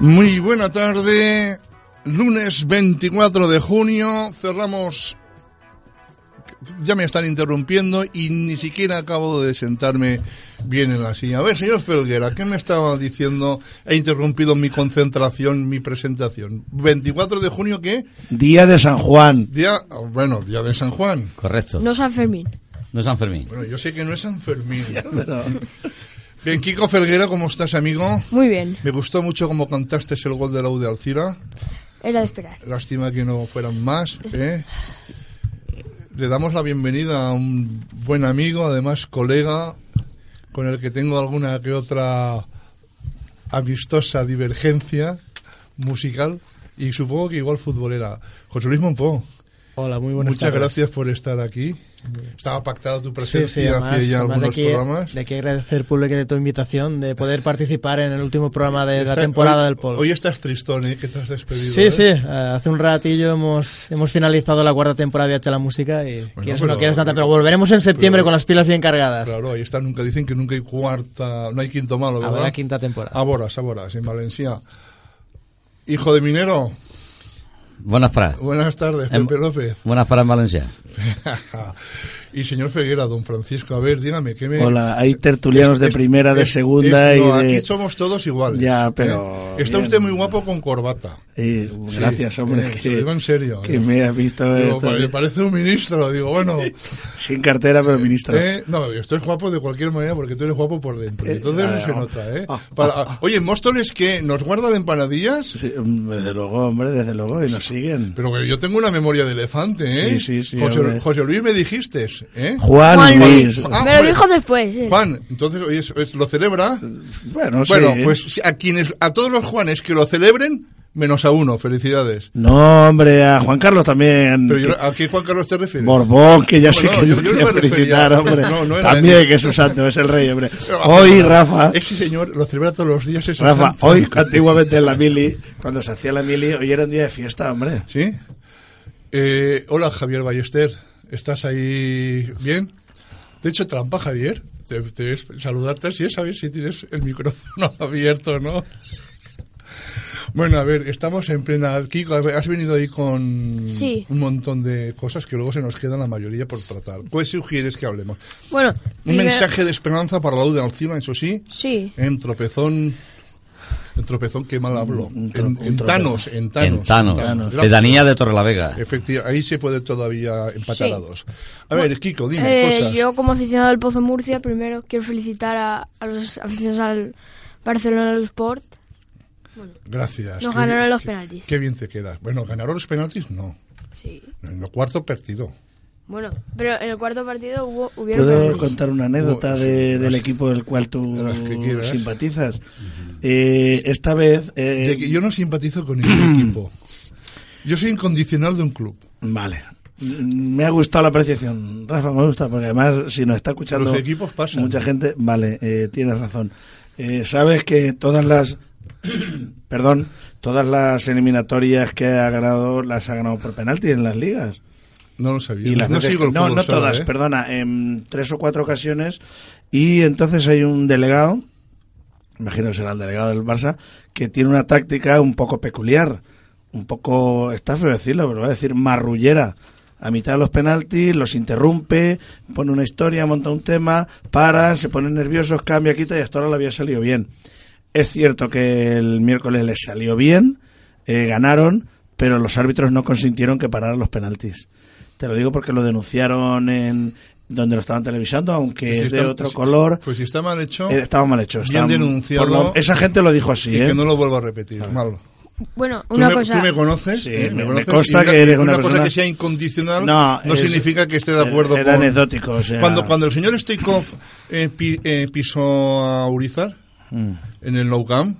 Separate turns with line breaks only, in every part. Muy buena tarde, lunes 24 de junio, cerramos... Ya me están interrumpiendo y ni siquiera acabo de sentarme bien en la silla. A ver, señor Felguera, ¿qué me estaba diciendo? He interrumpido mi concentración, mi presentación. ¿24 de junio qué?
Día de San Juan.
Día, oh, bueno, día de San Juan.
Correcto.
No San Fermín.
No es San Fermín.
Bueno, yo sé que no es San Fermín. Bien, Kiko Felguera, ¿cómo estás, amigo?
Muy bien.
Me gustó mucho cómo cantaste el gol de la U de Alcira.
Era de esperar.
Lástima que no fueran más. ¿eh? Le damos la bienvenida a un buen amigo, además colega, con el que tengo alguna que otra amistosa divergencia musical y supongo que igual futbolera. José Luis Monpó,
Hola, muy buenas
muchas
tardes.
gracias por estar aquí. Estaba pactada tu
Sí,
presencia
sí, además,
hace ya
además
algunos
de, aquí,
programas.
de aquí agradecer públicamente tu invitación de poder participar en el último programa de la
Está-
temporada
hoy-
del Pol.
Hoy estás tristón, ¿eh? Que te has despedido.
sí,
¿eh?
sí, eh, hace un ratillo hemos, hemos finalizado la cuarta temporada de H la Música y quieres o
pero-
no quieres tanta, pero volveremos en septiembre
pero-
con las pilas bien cargadas.
Claro, ahí está, nunca dicen que nunca hay cuarta, no hay quinto malo, ¿verdad?
Habrá quinta temporada.
Aboras, aboras, en Valencia. Hijo de minero,
Buenas frases.
buenas tardes,
Em-
Pepe López.
Buenas frases en Valencia.
y señor Feguera, don Francisco, a ver, dígame, ¿qué me...
Hola, hay tertulianos de
Es-
primera, de
es-
segunda
es- no,
y de...
aquí somos todos iguales. ¿eh?
Ya, pero
Está
bien.
usted muy guapo con corbata.
Eh,
Sí,
gracias, hombre.
eh,
que,
se lo digo en serio.
que
eh.
me has visto
Digo,
esto-
pare- parece un ministro, digo, bueno...
sin cartera, pero ministro.
Eh, no, yo estoy guapo de cualquier manera porque tú eres guapo por dentro.
Eh,
Entonces
ah,
eso se
ah,
nota, ¿eh?
ah,
Para-
ah, ah.
oye, ¿en Móstoles que nos guardan empanadillas?
Sí, hombre, desde luego, hombre, desde luego, y nos siguen.
Pero que yo tengo una memoria de elefante, ¿eh?
Sí, sí, sí,
José,
hombre.
José Luis me dijiste, ¿eh?
Juan,
Juan
Luis.
Ah,
Me lo
hombre.
dijo después. eh.
Juan, entonces, oye, es- es- ¿lo celebra?
Bueno, sí.
bueno, pues si- a quienes, a todos los Juanes que lo celebren, menos a uno, felicidades.
No, hombre, a Juan Carlos también.
Pero yo-
que-
¿a qué Juan Carlos te refieres?
Borbón, que ya sé
Bueno,
que
yo- yo
no
no
quería
me refería-
felicitar, hombre.
No, no era-
También, que es un santo, es el rey, hombre.
Pero,
Hoy, Rafa,
Ese señor lo celebra todos los días. ese
Rafa,
santo.
hoy, antiguamente en la mili, cuando se hacía la mili, hoy era un día de fiesta, hombre.
¿Sí? Eh, hola, Javier Ballester. ¿Estás ahí bien? ¿Te he hecho trampa, Javier? Te, te- saludarte así es, ¿sabes? Si tienes el micrófono abierto, ¿no? Bueno, a ver, estamos en plena... Kiko, has venido ahí con
Sí.
un montón de cosas que luego se nos quedan la mayoría por tratar. ¿Cuál sugieres que hablemos?
Bueno,
Un
primero-
mensaje de esperanza para la luz de Alcina, eso sí.
Sí.
En tropezón... En tropezón, qué mal hablo.
Un tro-
En,
un
en
tropezón.
Thanos, en Thanos.
en Thanos.
Gracias.
Pedanía de Torrelavega.
Efectivamente, ahí se puede todavía empatar
Sí.
a dos. A ver, Kiko, dime
Eh,
cosas.
yo, como aficionado del Pozo Murcia, primero quiero felicitar a, a los aficionados al Barcelona del Sport.
Gracias.
Nos
Qué
ganaron
bien-
los
qué-
penaltis.
Qué bien te quedas. Bueno, ganaron los penaltis, no.
Sí.
En el cuarto partido.
Bueno, pero en el cuarto partido hubo, hubieron
¿Puedo
penaltis.
contar una anécdota
Bueno,
de-
sí,
del
las-
equipo del cual tú
las que quieras.
simpatizas? Eh, esta vez... eh,
Ya que yo no simpatizo con ningún equipo. Yo soy incondicional de un club.
Vale. Mm, Me ha gustado la apreciación, Rafa, me gusta, porque además si nos está escuchando
Los equipos pasan.
mucha gente, vale, eh, tienes razón. Eh, Sabes que todas las, perdón, todas las eliminatorias que ha ganado las ha ganado por penalti en las ligas.
No lo sabía.
Y las
no
veces-
sigo el
no,
fútbol
no
sala,
todas,
¿eh?
perdona, en tres o cuatro ocasiones. Y entonces hay un delegado, imagino que será el delegado del Barça, que tiene una táctica un poco peculiar. un poco, está feo decirlo, pero voy a decir marrullera. A mitad de los penaltis, los interrumpe, pone una historia, monta un tema, para, se ponen nerviosos, cambia, quita y hasta ahora le había salido bien. Es cierto que el miércoles les salió bien, eh, ganaron, pero los árbitros no consintieron que pararan los penaltis. Te lo digo porque lo denunciaron en donde lo estaban televisando, aunque
Pues si
es de
está-
otro
pues si-
color.
Pues si está mal hecho,
Eh, Estaba mal hecho.
Bien
estaba-
denunciado.
por lo- esa gente lo dijo así,
y
¿eh?
que no lo vuelva a repetir, malo.
Bueno,
Tú
una
me-
cosa.
Tú me conoces,
Sí,
¿eh?
me- me
conoces,
consta
y una-
que eres
una,
una
cosa
persona-
que sea incondicional no,
No, es- er-
significa que esté de acuerdo
Era
con...
anecdótico, o sea-
Cuando, cuando el señor Stoikov eh, pi- eh, pisó a Urizar
Mm.
en el No Camp,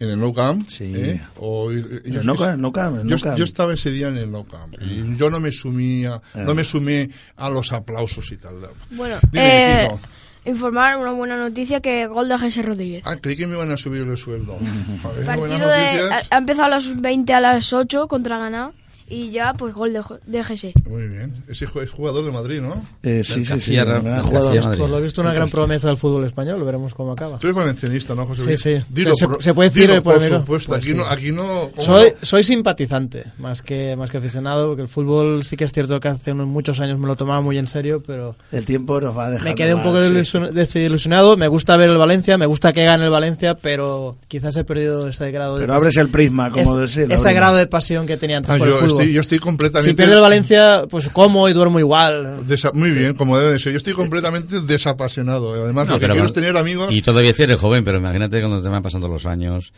en el No Camp,
Sí.
¿eh? O- yo es
Pero
que
no
sé-
cabe, no cabe, no
yo,
cabe.
yo estaba ese día en el No Camp
Ah.
y yo no me sumía, no me sumé a los aplausos y tal.
Bueno,
Dime,
eh,
Kiko.
informar una buena noticia que gol de Jesse Rodríguez.
Ah, creí que me iban a subir el sueldo. Joder, buenas
Partido de, ha,
noticias.
ha empezado a las 20 a las 8 contra Ganá y ya pues gol de, Jo- de Jesse.
Muy bien. Ese ju- es jugador de Madrid, ¿no?
Eh, sí,
Del
sí, sí.
Castilla,
gran
Real-
jugador.
Castilla, Madrid.
Por lo visto, una gran promesa del fútbol español. Veremos cómo acaba.
Tú eres valencianista, ¿no, José
Sí,
Luis?
sí.
Dilo,
Se-
por-
se puede decir,
dilo,
eh,
por
por amigo.
supuesto.
Pues
aquí,
sí.
no, aquí no...
Soy, soy simpatizante, más que, más que aficionado, porque el fútbol sí que es cierto que hace unos muchos años me lo tomaba muy en serio, pero
El tiempo nos va a dejar.
me quedé un poco
ilusión
desilusion- desilusionado. Me gusta ver el Valencia, me gusta que gane el Valencia, pero quizás he perdido ese grado de
Pero abres el prisma, como
es-
decía. lo
ese
abres.
grado de pasión que tenía antes
Ah,
por el
yo,
fútbol.
estoy, yo estoy completamente...
si pierde el Valencia, pues como y duermo igual.
desa- Muy bien, como debe de ser. Yo estoy completamente desapasionado. eh, Además,
No,
lo que
pero
quiero
bueno,
es tener amigos...
Y todavía si eres joven, pero imagínate cuando te van pasando los años.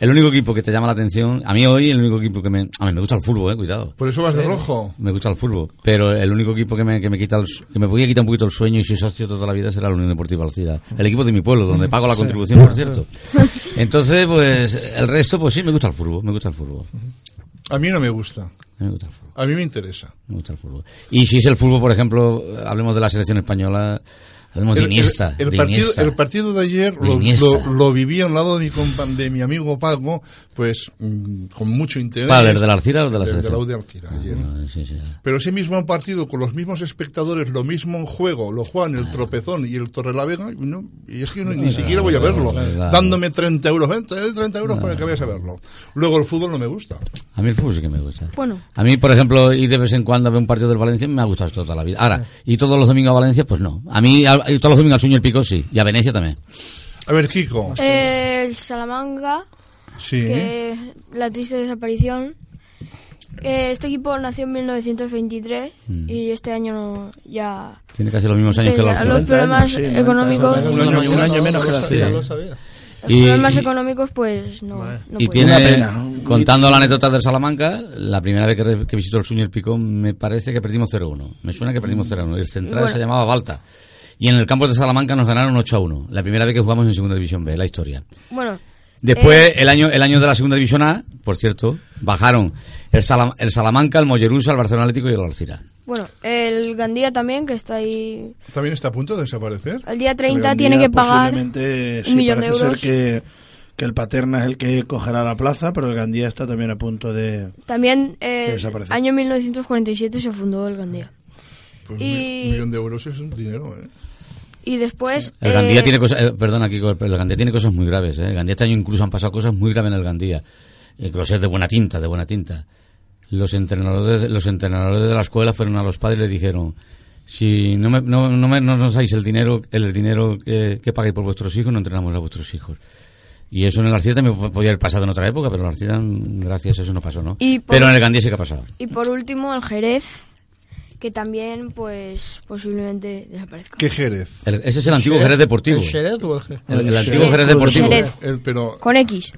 El único equipo que te llama la atención, a mí hoy el único equipo que me... A mí me gusta el fútbol, eh, cuidado.
Por eso vas de rojo.
Me gusta el fútbol, pero el único equipo que me, que me quita el, que me podía quitar un poquito el sueño y soy socio toda la vida será la Unión Deportiva Alcira, el equipo de mi pueblo donde pago la contribución, por cierto. Entonces, pues el resto pues sí me gusta el fútbol, me gusta el fútbol.
A mí no me gusta.
Me gusta el fútbol.
A mí me interesa.
Me gusta el fútbol. Y si es el fútbol, por ejemplo, hablemos de la selección española, hablemos de Iniesta,
el
de
partido,
Iniesta.
el partido de ayer
De
lo,
Iniesta.
lo- lo viví al lado de mi, compa- de mi amigo Paco, pues mm, con mucho interés.
¿Cuál, el de la Alcira o de
El
la
de
selección?
la UDI Alcira, ayer.
Ah, sí, sí.
Pero ese mismo partido, con los mismos espectadores, lo mismo en juego, lo juegan
Ah.
el Tropezón y el Torrelavega, y, no- y es que no- ni siquiera voy a verlo,
claro.
dándome 30 euros, ven, te doy 30 euros para que vayas a verlo. Luego el fútbol no me gusta.
A mí el fútbol sí que me gusta.
Bueno.
A mí, por ejemplo, ir de vez en cuando a ver un partido del Valencia me ha gustado toda la vida. Ahora, y todos los domingos a Valencia, pues no. A mí, a- y todos los domingos al sueño el pico, sí. Y a Venecia también.
A ver, Kiko,
Eh, el Salamanca,
sí,
que la triste desaparición. Eh, este equipo nació en 1923
Mm.
y este año no- ya...
Tiene casi los mismos años
eh,
que el
ya
Alcira.
los
90
problemas
años, sí, 90
económicos...
años.
Los
Un año- un año
menos que la
ya
Alcira.
lo sabía.
Y-
problemas
y-
económicos pues no, no
Y
pueden.
tiene,
Una pena.
contando la anécdota del Salamanca, la primera vez que, re- que visitó el Suñer Picón me parece que perdimos 0-1. Me suena que perdimos 0-1. El central
Bueno.
se llamaba Balta. Y en el campo de Salamanca nos ganaron 8-1. La primera vez que jugamos en Segunda División B, la historia.
Bueno,
Después,
Eh.
el año el año de la segunda división A, por cierto, bajaron el, Salam- el Salamanca, el Mollerusa, el Barcelona Atlético y el Alcira.
bueno, el Gandía también, que está ahí...
También está a punto de desaparecer.
El día
Pero
30
un
tiene
día
que pagar...
posiblemente,
un
sí,
millón de
parece
euros.
ser que, que el Paterna es el que cogerá la plaza, pero el Gandía está también a punto de.
También, eh,
Desapareció.
año 1947 se fundó el Gandía.
Pues
Y-
mi- un millón de euros es un dinero, ¿eh?
Y después...
El
eh,
Gandía tiene cosas, eh, perdona, Kiko, pero el Gandía tiene cosas muy graves. eh. El Gandía este año incluso han pasado cosas muy graves en el Gandía. Eh, que lo sé de buena tinta, de buena tinta. Los entrenadores, los entrenadores de la escuela fueron a los padres y le dijeron, si no, me, no, no me- no nos dais el dinero, el dinero que, que pagáis por vuestros hijos, no entrenamos a vuestros hijos. Y eso en el Alcira también po- podía haber pasado en otra época, pero en el Alcira, mm, gracias a eso no pasó, ¿no?
Y por-
Pero en el Gandía sí que ha pasado.
Y por último, el Jerez, que también, pues, posiblemente desaparezca.
¿Qué Jerez?
El- ese es el antiguo Jerez Deportivo. eh.
¿El Xerez o el Jerez?
El, el
El
antiguo
Jerez.
Jerez
Club
Deportivo. eh.
Jerez.
El- pero,
Con X.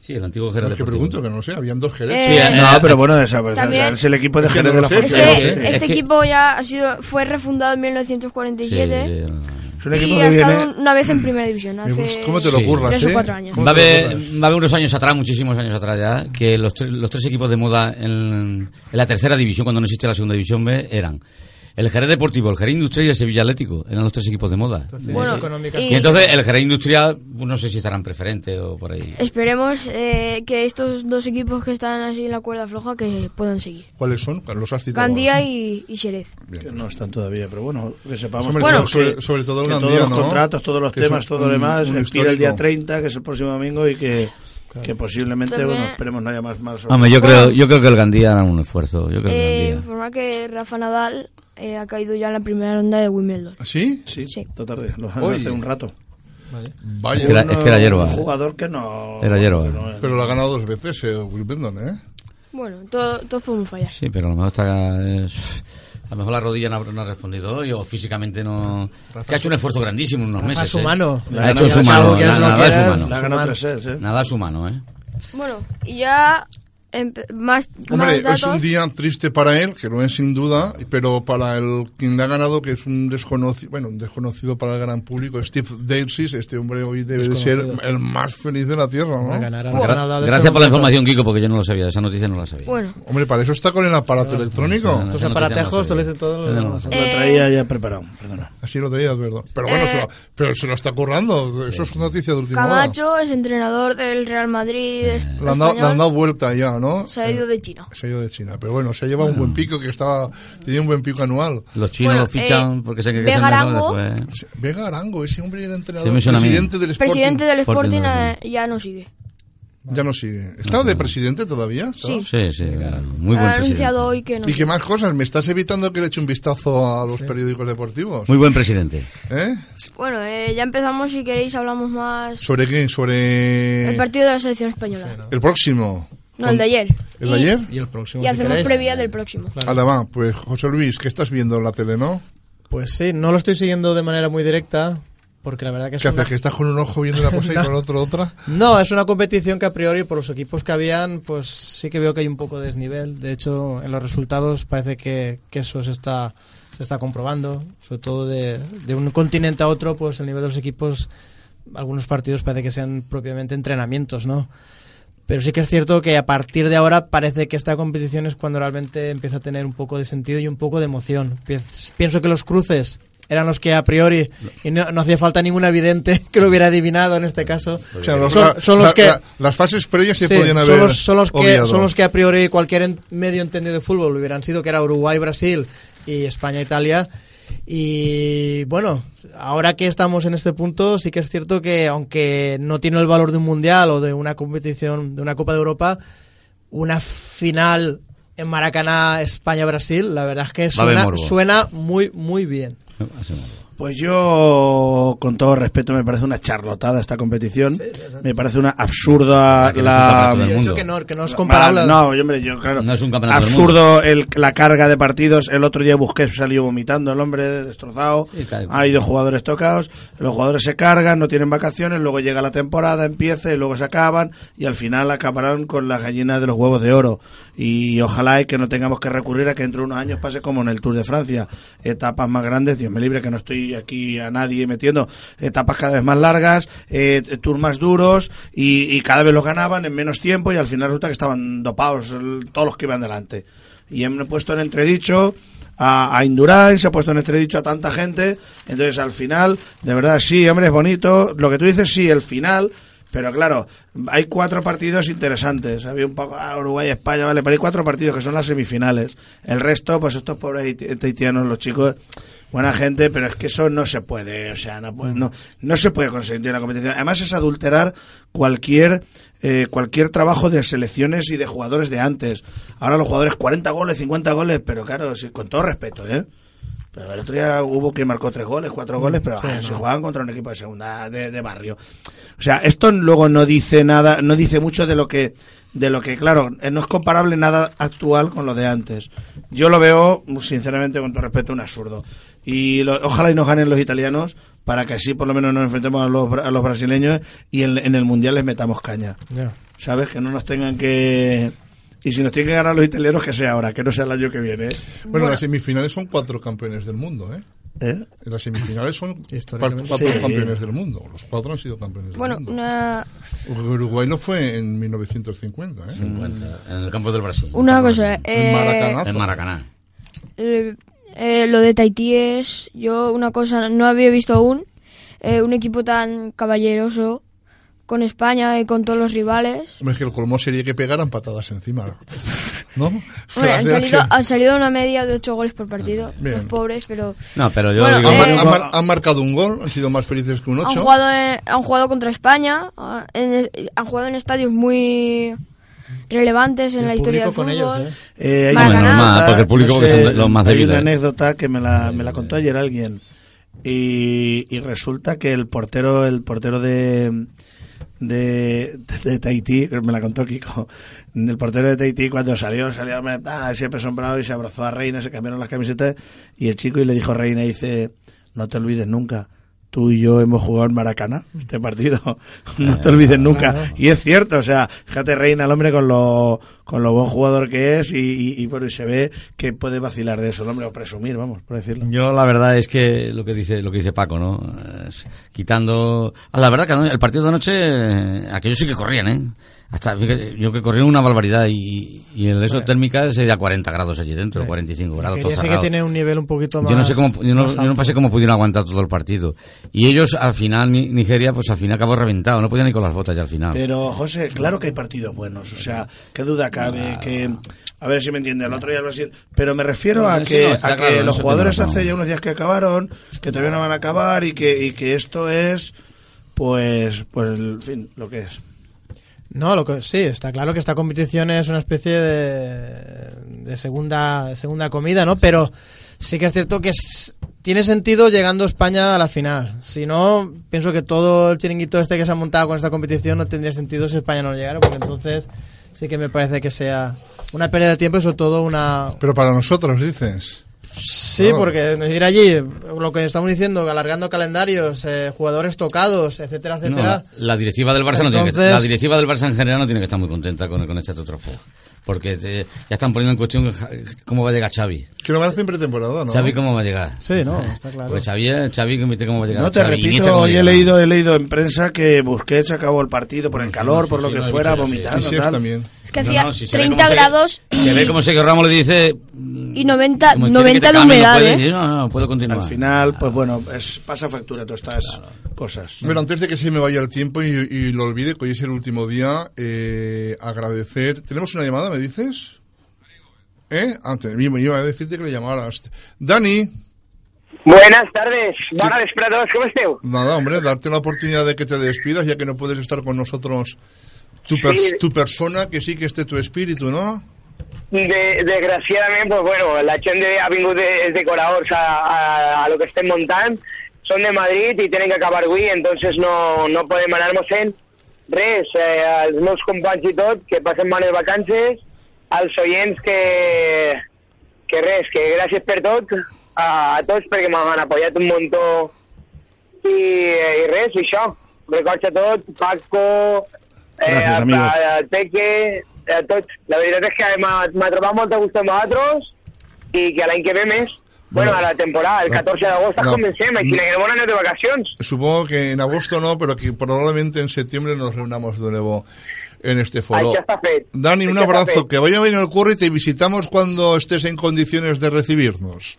Sí, el antiguo Jerez
es que
Deportivo.
pregunto, que no lo sé, habían dos Jerez.
Eh,
Sí,
no, pero bueno, desaparecer.
También-
o sea, es el equipo de
Es que
Jerez
no lo
de la
sé,
Es
Sí,
que
no
Fuente.
sé.
este
Eh, Es que-
equipo ya ha sido fue refundado en
Sí, sí,
1947
no, no.
Es un equipo
y
que
ha estado
viene.
un- una vez en primera división.
Me
Hace...
gusta- ¿Cómo te lo eh?
Sí.
ocurras,
Tres o cuatro años.
Va a, haber, va a haber unos años atrás, muchísimos años atrás ya, que los, tres- los tres equipos de moda en, en la tercera división, cuando no existía la segunda división B, eran el Jerez Deportivo, el Jerez Industrial y el Sevilla Atlético. Eran los tres equipos de moda.
Bueno,
Económica.
y
y entonces el Jerez Industrial, pues, no sé si estarán preferente o por ahí.
esperemos eh, que estos dos equipos que están así en la cuerda floja que puedan seguir.
¿Cuáles son? Los has citado.
Gandía y, y Xerez.
que no están todavía, pero bueno, que sepamos.
Sobre,
Bueno,
todo, sobre,
que-
sobre todo el
que
Gandía,
todos los
¿no?
contratos, todos los
Que es
temas,
un-
todo lo
un-
demás,
un
expira el día
histórico.
30, que es el próximo domingo, y que que posiblemente,
También-
bueno, esperemos no haya más malos
Hombre, yo creo, yo creo que el Gandía hará un esfuerzo. Yo creo que
Eh,
el Gandía.
informar que Rafa Nadal eh, ha caído ya en la primera ronda de Wimbledon.
¿Así?
Sí,
Sí.
esta tarde, lo
Oye.
hace un rato.
Vaya.
Es que era, es que era hierba.
Un jugador que no...
Era hierba.
que no es-
Pero lo ha ganado dos veces, eh, Wimbledon, ¿eh?
Bueno, todo, todo fue un fallar.
Sí, pero a lo mejor está. es- a lo mejor la rodilla no, habrá- no ha respondido hoy o físicamente no. que ha hecho un esfuerzo grandísimo en unos
Rafa
meses.
es
¿eh?
humano.
Ha
La
hecho
ganó
su
ya,
mano.
lo quieras,
lo
Nada
quieras,
es
La ha
humano.
ganado tres sets, ¿eh?
Nada es humano, ¿eh?
Bueno, y ya empe- más,
Hombre,
más datos.
es un día triste para él, que lo es sin duda, pero para el quien le ha ganado, que es un desconocido, bueno, un desconocido para el gran público, Steve Davis, este hombre hoy debe de ser
Desconocido.
el más feliz de la Tierra,
Va a
¿no?
ganar a
Gra-
Nadal de
Gracias por la
segundo.
información, Kiko, porque yo no lo sabía. Esa noticia no la sabía.
Bueno,
Hombre, para eso está con el aparato electrónico.
Estos
Esa noticia no la
aparatejos, te lo
sabía.
dicen todos
Esa no la
los...
sabía.
Lo
Eh,
traía ya preparado, perdona.
Así lo traía, perdón. Pero bueno,
Eh,
se lo, pero se lo está currando. Eso es noticia de última hora.
Camacho es entrenador del Real Madrid. es-
Le han, dado, le han
español,
dado vuelta ya, ¿no? Eh,
Se ha ido de China.
Se ha ido de China. Pero bueno, se ha llevado un buen pico que estaba. Tenía un buen pico anual.
Los chinos
Bueno,
lo fichan
eh,
porque se creen que
Vega
se han
Arango.
después.
Se- Vega Arango, ese hombre era entrenador.
Sí, me suena a mí.
presidente del Sporting.
Presidente del
Sporting,
Sporting
¿no?
eh, ya no sigue.
Ya no sigue. ¿Está de presidente todavía?
Sí.
Sí, sí, claro. muy buen
ha
presidente.
anunciado hoy que no.
¿Y qué más cosas? ¿Me estás evitando que le eche un vistazo a los periódicos deportivos?
Muy buen presidente.
¿Eh?
Bueno, eh, ya empezamos. Si queréis, hablamos más.
¿Sobre qué? ¿Sobre
El partido de la selección española.
el próximo?
No, el de ayer.
¿El
y,
de ayer?
Y el próximo,
Y
si
hacemos
queréis.
previa del próximo.
Además, pues José Luis, ¿qué estás viendo en la tele, no?
Pues sí, no lo estoy siguiendo de manera muy directa, porque la verdad que es
¿Qué
una-
haces? ¿Que estás con un ojo viendo una cosa y con el otro otra?
No, es una competición que a priori por los equipos que habían, pues sí que veo que hay un poco de desnivel. De hecho, en los resultados parece que, que eso se está, se está comprobando. Sobre todo de, de un continente a otro, pues el nivel de los equipos, algunos partidos parece que sean propiamente entrenamientos, ¿no? Pero sí que es cierto que a partir de ahora parece que esta competición es cuando realmente empieza a tener un poco de sentido y un poco de emoción. Pies- Pienso que los cruces eran los que a priori, y no, no hacía falta ningún evidente que lo hubiera adivinado en este caso,
O sea, los-
Son- son los que-
las fases previas se
Sí,
podían haber
son los, son los que
obviado.
son los que a priori cualquier en- medio entendido de fútbol lo hubieran sido que era Uruguay Brasil y España Italia y bueno ahora que estamos en este punto sí que es cierto que aunque no tiene el valor de un mundial o de una competición de una Copa de Europa una final en Maracaná España Brasil la verdad es que
Va a haber
suena,
morbo.
suena muy muy bien
Hacemos.
Pues yo, con todo respeto, me parece una charlotada esta competición. Me parece una absurda
Ah, que no es un
la...
campeonato del
Yo he dicho
mundo.
que no que no es
la-
comparable
No, hombre, yo claro.
No es un campeonato del
absurdo el- la carga de partidos. El otro día Busquets salió vomitando, el hombre destrozado.
Sí, claro.
Ha ido jugadores tocados. Los jugadores se cargan, no tienen vacaciones. Luego llega la temporada, empieza y luego se acaban. Y al final acabarán con las gallinas de los huevos de oro. Y ojalá y que no tengamos que recurrir a que entre unos años pase como en el Tour de Francia. Etapas más grandes, Dios me libre que no estoy aquí a nadie metiendo. Etapas cada vez más largas, eh, tours más duros y, y cada vez los ganaban en menos tiempo y al final resulta que estaban dopados el- todos los que iban delante. Y han puesto en entredicho a, a Indurain, se ha puesto en entredicho a tanta gente. Entonces, al final, de verdad, sí, hombre, es bonito. Lo que tú dices, sí, el final. Pero claro, hay cuatro partidos interesantes. Había un poco ah, Uruguay, España, vale, pero hay cuatro partidos que son las semifinales. El resto, pues estos pobres haiti- haitianos, los chicos, buena gente, pero es que eso no se puede, o sea, no, puede- no, no se puede consentir en la competición. Además es adulterar cualquier eh, cualquier trabajo de selecciones y de jugadores de antes. Ahora los jugadores 40 goles, 50 goles, pero claro, sí, con todo respeto, ¿eh? Pero el otro día hubo que marcó tres goles, cuatro goles, pero ah, se jugaban contra un equipo de segunda, de, de barrio. O sea, esto luego no dice nada, no dice mucho de lo que, de lo que, claro, eh, no es comparable nada actual con lo de antes. Yo lo veo, sinceramente, con todo respeto, un absurdo. Y lo- ojalá y nos ganen los italianos para que así por lo menos nos enfrentemos a los, bra- a los brasileños y en, en el mundial les metamos caña.
Ya.
¿Sabes? Que no nos tengan que. Y si nos tienen que ganar los italianos, que sea ahora, que no sea el año que viene. ¿eh?
Bueno, las semifinales son cuatro campeones del mundo, ¿eh?
¿Eh?
En las semifinales son cuatro,
Históricamente.
cuatro
Sí.
campeones del mundo. Los cuatro han sido campeones
Bueno,
del mundo.
una,
Uruguay no fue en 1950, ¿eh?
50, en el campo del Brasil.
una cosa. eh,
Maracaná.
En Maracaná.
eh, eh, lo de Tahití es. Yo una cosa no había visto aún. eh, un equipo tan caballeroso con España y con todos los rivales.
Hombre, es que el colmo sería que pegaran patadas encima. ¿No?
Hombre, han
Gracias
salido,
que-
han salido una media de 8 goles por partido.
Bien.
Los pobres, pero
No, pero yo
Bueno,
digo...
Han, mar-
eh,
han mar- han marcado un gol, han sido más felices que un
han
8.
jugado, en- han jugado contra España, ah, en- han jugado en estadios muy relevantes en
El
la historia del
público
fútbol.
con ellos, ¿eh?
Eh, hay
Más
una
ganado.
anécdota,
Porque el público que son de- los más
hay
débiles. Eh,
una anécdota que me la, me la contó ayer alguien y, y resulta que el portero el portero de de, de Tahití, me la contó Kiko, el portero de Tahití cuando salió, salió ah, siempre asombrado y se abrazó a Reina, se cambiaron las camisetas y el chico y le dijo a Reina, dice, no te olvides nunca, tú y yo hemos jugado en Maracaná este partido, no te olvides nunca. Y es cierto, o sea, fíjate Reina, el hombre con lo, con lo buen jugador que es y, y, y, bueno, y se ve que puede vacilar de eso, el hombre, o presumir, vamos, por decirlo.
Yo la verdad es que lo que dice lo que dice Paco, ¿no? Es quitando, ah, la verdad que ano- el partido de anoche eh, aquellos sí que corrían, ¿eh? Hasta fíjate, yo que corrieron una barbaridad y, y el eso térmica se da 40 grados allí dentro, 45 grados, todo
Porque ya sé que
cerrado.
tiene un nivel un poquito más.
Yo no sé cómo yo no,
más
yo no
alto.
pasé cómo pudieron aguantar todo el partido. Y ellos al final Ni- Nigeria pues al final acabó reventado, no podían ni con las botas ya al final.
Pero, José, claro que hay partidos buenos, o sea, qué duda
Ah.
cabe, que... A ver si me entiende, el otro día el Brasil... Pero me refiero
No,
a
sí,
que,
no, está
a que
claro, en
los
eso
jugadores
tienes razón.
hace ya unos días que acabaron, que todavía no van a acabar y que, y que esto es, pues, pues, en fin, lo que es.
No, lo que, sí, está claro que esta competición es una especie de, de segunda, de segunda comida, ¿no? Pero sí que es cierto que es- tiene sentido llegando España a la final. Si no, pienso que todo el chiringuito este que se ha montado con esta competición no tendría sentido si España no llegara, porque entonces sí que me parece que sea una pérdida de tiempo y sobre todo una...
Pero para nosotros, dices.
Sí, porque ir allí, lo que estamos diciendo, alargando calendarios, eh, jugadores tocados, etcétera,
No,
etcétera.
la, la directiva del Barça no tiene que,
Entonces-
la directiva del Barça en general no tiene que estar muy contenta con, con este trofeo, porque te- ya están poniendo en cuestión ja- cómo va a llegar Xavi.
Que no van a hacer pretemporada, ¿no?
Xavi cómo va a llegar.
Sí, no, está claro.
Pues Xavi, Xavi viste cómo va a llegar.
No te
Xavi, Iniesta
repito,
cómo
hoy he
llega.
leído, he leído en prensa que Busquets acabó el partido por el calor, por lo que fuera,
Y
vomitando,
Sef
tal.
también.
Es que
No,
hacía
no, si se ve
30
cómo se-
grados y,
Se ve como Sergio Ramos le dice... mm,
y 90,
como quiere que
90
te
de
calmes,
humedad,
No, puedes,
¿eh?
Dice, no, no, puedo continuar.
Al final,
Ah.
pues bueno, es, pasa factura todas estas cosas.
Bueno, antes de que se me vaya el tiempo y, y lo olvide, que hoy es el último día, eh, agradecer. ¿Tenemos una llamada, me dices? ¿Eh? Antes mismo iba a decirte que le llamaras. Dani,
Buenas tardes, bona vesprada, com esteu?
nada, hombre, darte la oportunidad de que te despidas, ya que no puedes estar con nosotros tu, per-
Sí.
tu persona, que sí que esté tu espíritu, ¿no?
De, desgraciadament, pues, bueno, la gent de, ha vingut de, els decoradors a, a, a lo que estem muntant, són de Madrid i tenen que acabar avui, entonces no, no podem anar-nos-en. Res, eh, als meus companys i tot, que passen bones vacances, als oients que, que res, que gràcies per tot, a, a tots perquè m'han apoyat un muntó i, eh, i res, i això. Records a tot, Paco, eh,
Gràcies,
a-
amigo.
a, a Teque, a tots. La veritat és que m'ha m'ha trobat molt a gust amb vosaltres i que l'any que ve més, bueno, a la temporada, el
No.
14 d'agost
No.
no. comencem, aquí en el món anem de vacacions.
Supongo que en agosto no, pero que probablemente en septiembre nos reunamos de nuevo en este foro.
Això està fet.
Dani, un
Això està
abrazo,
fet.
que vaya bien el curro y te visitamos cuando estés en condiciones de recibirnos.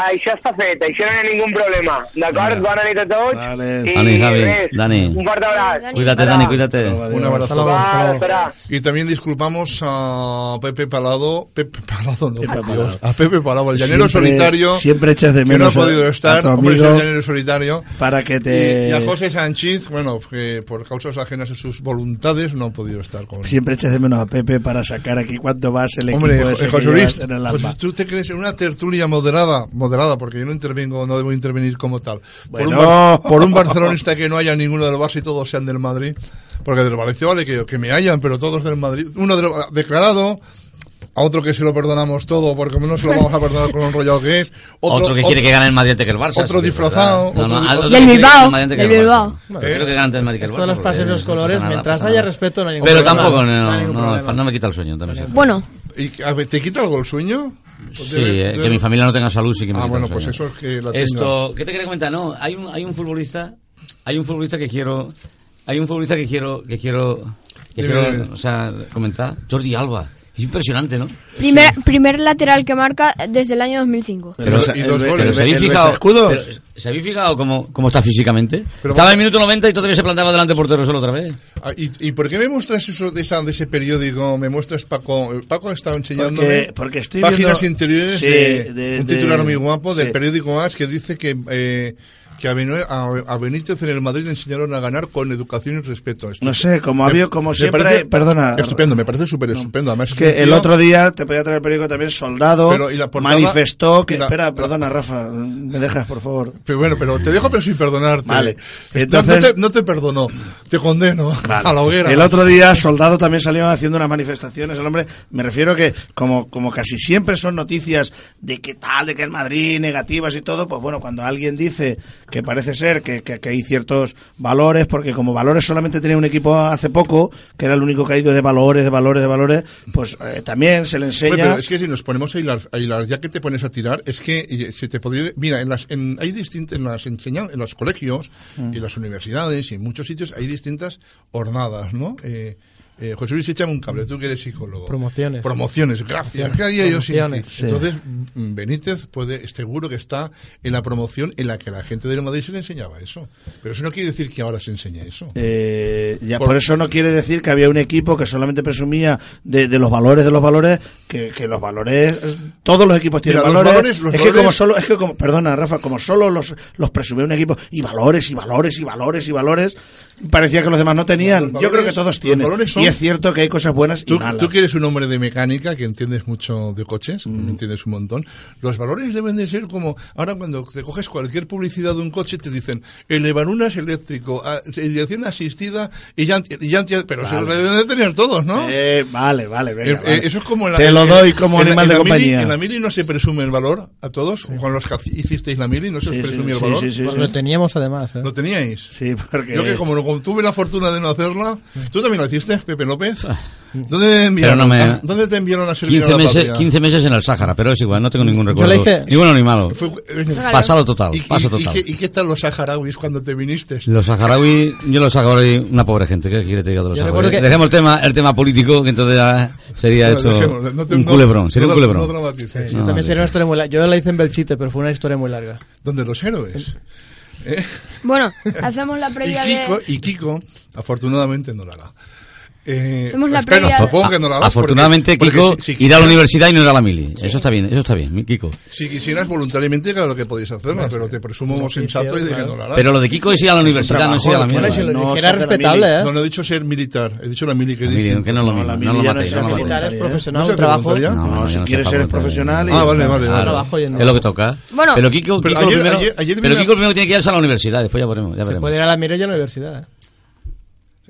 Això està fet, això no hi ha ningú problema. D'acord? Bona nit a tots.
Vale.
I
Dani, Javi,
res,
Dani.
Un fort abraç.
Dani.
Cuídate, Dani, cuídate.
Un abrazo.
Hasta luego.
Va, serà.
Y también disculpamos a Pepe Palado, Pepe Palado, no,
Pepe
por
Palado.
Dios, a Pepe Palado, el llanero
Siempre-
solitario,
Siempre echas de
que no ha
menos a-
podido
a
estar,
tu
hombre, es el
amigo
llanero solitario.
para que
Y,
te...
y a José Sánchez, bueno, que por causas ajenas a sus voluntades no ha podido estar con
Siempre echas de menos a Pepe para sacar aquí cuando vas el equipo
Hombre,
ese
eh,
que
José
llevas
Luis,
en el
pues
alma.
tú te crees en una tertulia moderada, moderada, porque yo no intervengo, no debo intervenir como tal. Por, un,
Bueno.
bar- por un barcelonista que no haya ninguno del Barça y todos sean del Madrid, porque del Valencia vale que, que me hayan, pero todos del Madrid. Uno del- declarado, a otro que se lo perdonamos todo, porque no se lo vamos a perdonar con un rollo que es.
Otro, que quiere que gane el Madrid antes que el Barça.
otro
eso sí es
disfrazado,
verdad. No, no,
otro-
al-
Del
que quiere que gane
Bilbao,
el Madrid antes que
del
el
Bilbao.
Barça. Yo creo que gane antes el Madrid que el
Esto
Barça,
de los
porque
pases y los
no pasa
colores,
nada,
mientras
pasa
haya
nada.
respeto, no hay ningún
Pero
problema.
tampoco, no,
hay
no,
ningún
no,
problema.
no me quita el sueño. también.
Bueno,
Y, a ver, ¿Te quita algo el sueño?
Sí, eh, que mi familia no tenga salud sí que
Pues
me
Ah,
quita
bueno,
el
pues
sueño.
eso es que la tenga.
Esto, ¿qué te quería comentar? No, hay un, hay un futbolista, hay un futbolista que quiero, hay un futbolista que quiero, que quiero, que
Dime,
quiero,
dime.
o sea, comentar, Jordi Alba. Es impresionante, ¿no?
Primer, primer lateral que marca desde el año 2005.
Pero- y dos goles. ¿eh?
Pero se había
el
fijado,
Besescudos.
pero ¿se había fijado cómo, cómo está físicamente. Estaba en el minuto 90 y todavía se plantaba delante del portero solo otra vez.
Ah, ¿Y, y por qué me muestras eso de, esa- de ese periódico? Me muestras Paco. Paco estaba enseñándome
Porque- porque estoy
páginas
viendo-
interiores
sí,
de,
de-
un
de-
titular muy guapo del
sí.
periódico AS que dice que, eh, que a, Benue- a- a Benítez en el Madrid le enseñaron a ganar con educación y respeto. Esto-
No sé, como
Me-
había, como
me
siempre,
parece
hay- perdona.
Estupendo, me parece súper estupendo. Además,
Es
un
que el
tío-
otro día te podía traer el periódico también Soldado
Pero, ¿y la portada?
manifestó que
¿Y la-
espera,
la-
perdona Rafa, me dejas por favor.
Pero bueno, pero te dejo, pero sin perdonarte.
Vale.
No-
Entonces-
no, te, no te perdono, te condeno a la hoguera.
El otro día Soldado también salió haciendo unas manifestaciones. El hombre, me refiero que como, como casi siempre son noticias de que tal, de que el Madrid, negativas y todo, pues bueno, cuando alguien dice que parece ser que, que- que hay ciertos valores, porque como valores solamente tenía un equipo hace poco, que era el único caído de valores, de valores, de valores, pues eh, también se le enseña...
Hombre, pero es que si nos ponemos a hilar, a hilar, ya que te pones a tirar, es que eh, se te podría... Mira, en las, en- hay distintas, en las enseñan, en los colegios, y en las universidades y en muchos sitios hay distintas hornadas, ¿no? Eh, eh, José Luis, échame un cable, tú que eres psicólogo.
Promociones.
Promociones, gracias. ¿Qué haría yo sin ti?
Promociones.
Sí.
Entonces, mm, Benítez puede, seguro que está en la promoción en la que la gente del Madrid se le enseñaba eso. Pero eso no quiere decir que ahora se enseñe eso.
Eh, ya por,
Por-
eso no quiere decir que había un equipo que solamente presumía de, de los valores de los valores que, que los valores todos los equipos tienen
Mira, los
valores,
valores, los
es que
valores-
como solo es que como perdona Rafa como solo los los presumía un equipo y valores y valores y valores y valores parecía que los demás no tenían
Los
yo creo que
valores-
todos
los
tienen
valores son-
y es cierto que hay cosas buenas y
Tú,
malas
tú que eres un hombre de mecánica, que entiendes mucho de coches,
Mm.
entiendes un montón, los valores deben de ser como, ahora cuando te coges cualquier publicidad de un coche, te dicen, el Evanunas eléctrico, a- dirección asistida y ya pero se lo deben de tener todos, ¿no?
Eh, vale vale, venga,
Eh, eh,
vale.
Eso es como en la-
te lo
en-
doy como
en la-
animal
en
de
la mili-
compañía
en la mili no se presume el valor a todos. Cuando los que haci- hicisteis la mili no se os
Sí, sí,
presumió
sí,
el valor.
sí, sí,
Pues
sí.
lo teníamos además, ¿eh?
¿Lo teníais?
Sí, porque
Eh,
Yo que como no- tuve la fortuna de no hacerla, tú también la hiciste, Pepe López. ¿Dónde te enviaron,
Ah. no me-
a- ¿dónde te enviaron a servir
15
a la
meses,
patria?
15 meses en el Sáhara, pero es igual, no tengo ningún recuerdo.
la hice-
Ni bueno ni malo.
Fue- eh,
Pasado total,
¿Y, y-
paso
y
total.
qué, y qué tal los saharauis cuando te viniste?
Los saharauis, yo los saharauis, una pobre gente, ¿qué quiere te diga de los
Yo
saharauis?
recuerdo que-
Dejemos el tema, el tema político, que entonces ya sería
Bueno,
hecho
dejemos, no te-
un
no-
culebrón, sería
no
un
dra-
culebrón.
no dramatices.
Yo también sería una historia muy larga. Yo la hice en Belchite, pero fue una historia muy larga.
Donde los héroes. ¿eh?
Bueno, hacemos la
Y,
previa
Kiko,
de...
y Kiko, afortunadamente, no la hará. Eh,
Hacemos la
espero,
previa-
supongo que no la harás
Afortunadamente,
porque-
Kiko
porque si- si
irá a la
quisieras-
universidad y no irá a la mili. Eso está bien, eso está bien, mi Kiko.
Si quisieras voluntariamente, claro que podéis hacerla, pero te presumo
oficio,
sensato y de que
claro.
no la harás.
Pero lo de Kiko es ir a la universidad, no es ir a la
trabajo,
Bueno,
mili.
y se lo
no,
dije,
se
era
hace la
respetable,
mili.
¿eh?
No, no he dicho ser militar, he dicho la mili que
La
dije.
mili, que no es lo mismo,
la
no lo
mili ya no
matéis,
es
no lo
la
matéis.
militar es profesional,
¿No se
un trabajo.
voluntaría?
No, no,
si
no se
quieres
está
ser
por-
profesional y
Ah,
ya
vale,
está.
vale, vale.
Claro, abajo y en-
Es lo que toca.
Bueno.
pero Kiko,
Pero
Kiko
ayer-
lo primero,
ayer- ayer
pero
vi
Kiko
una-
lo primero tiene que irse a la universidad, después ya veremos. Ya
Se
veremos.
puede ir a la Mirella y a la universidad. ¿eh?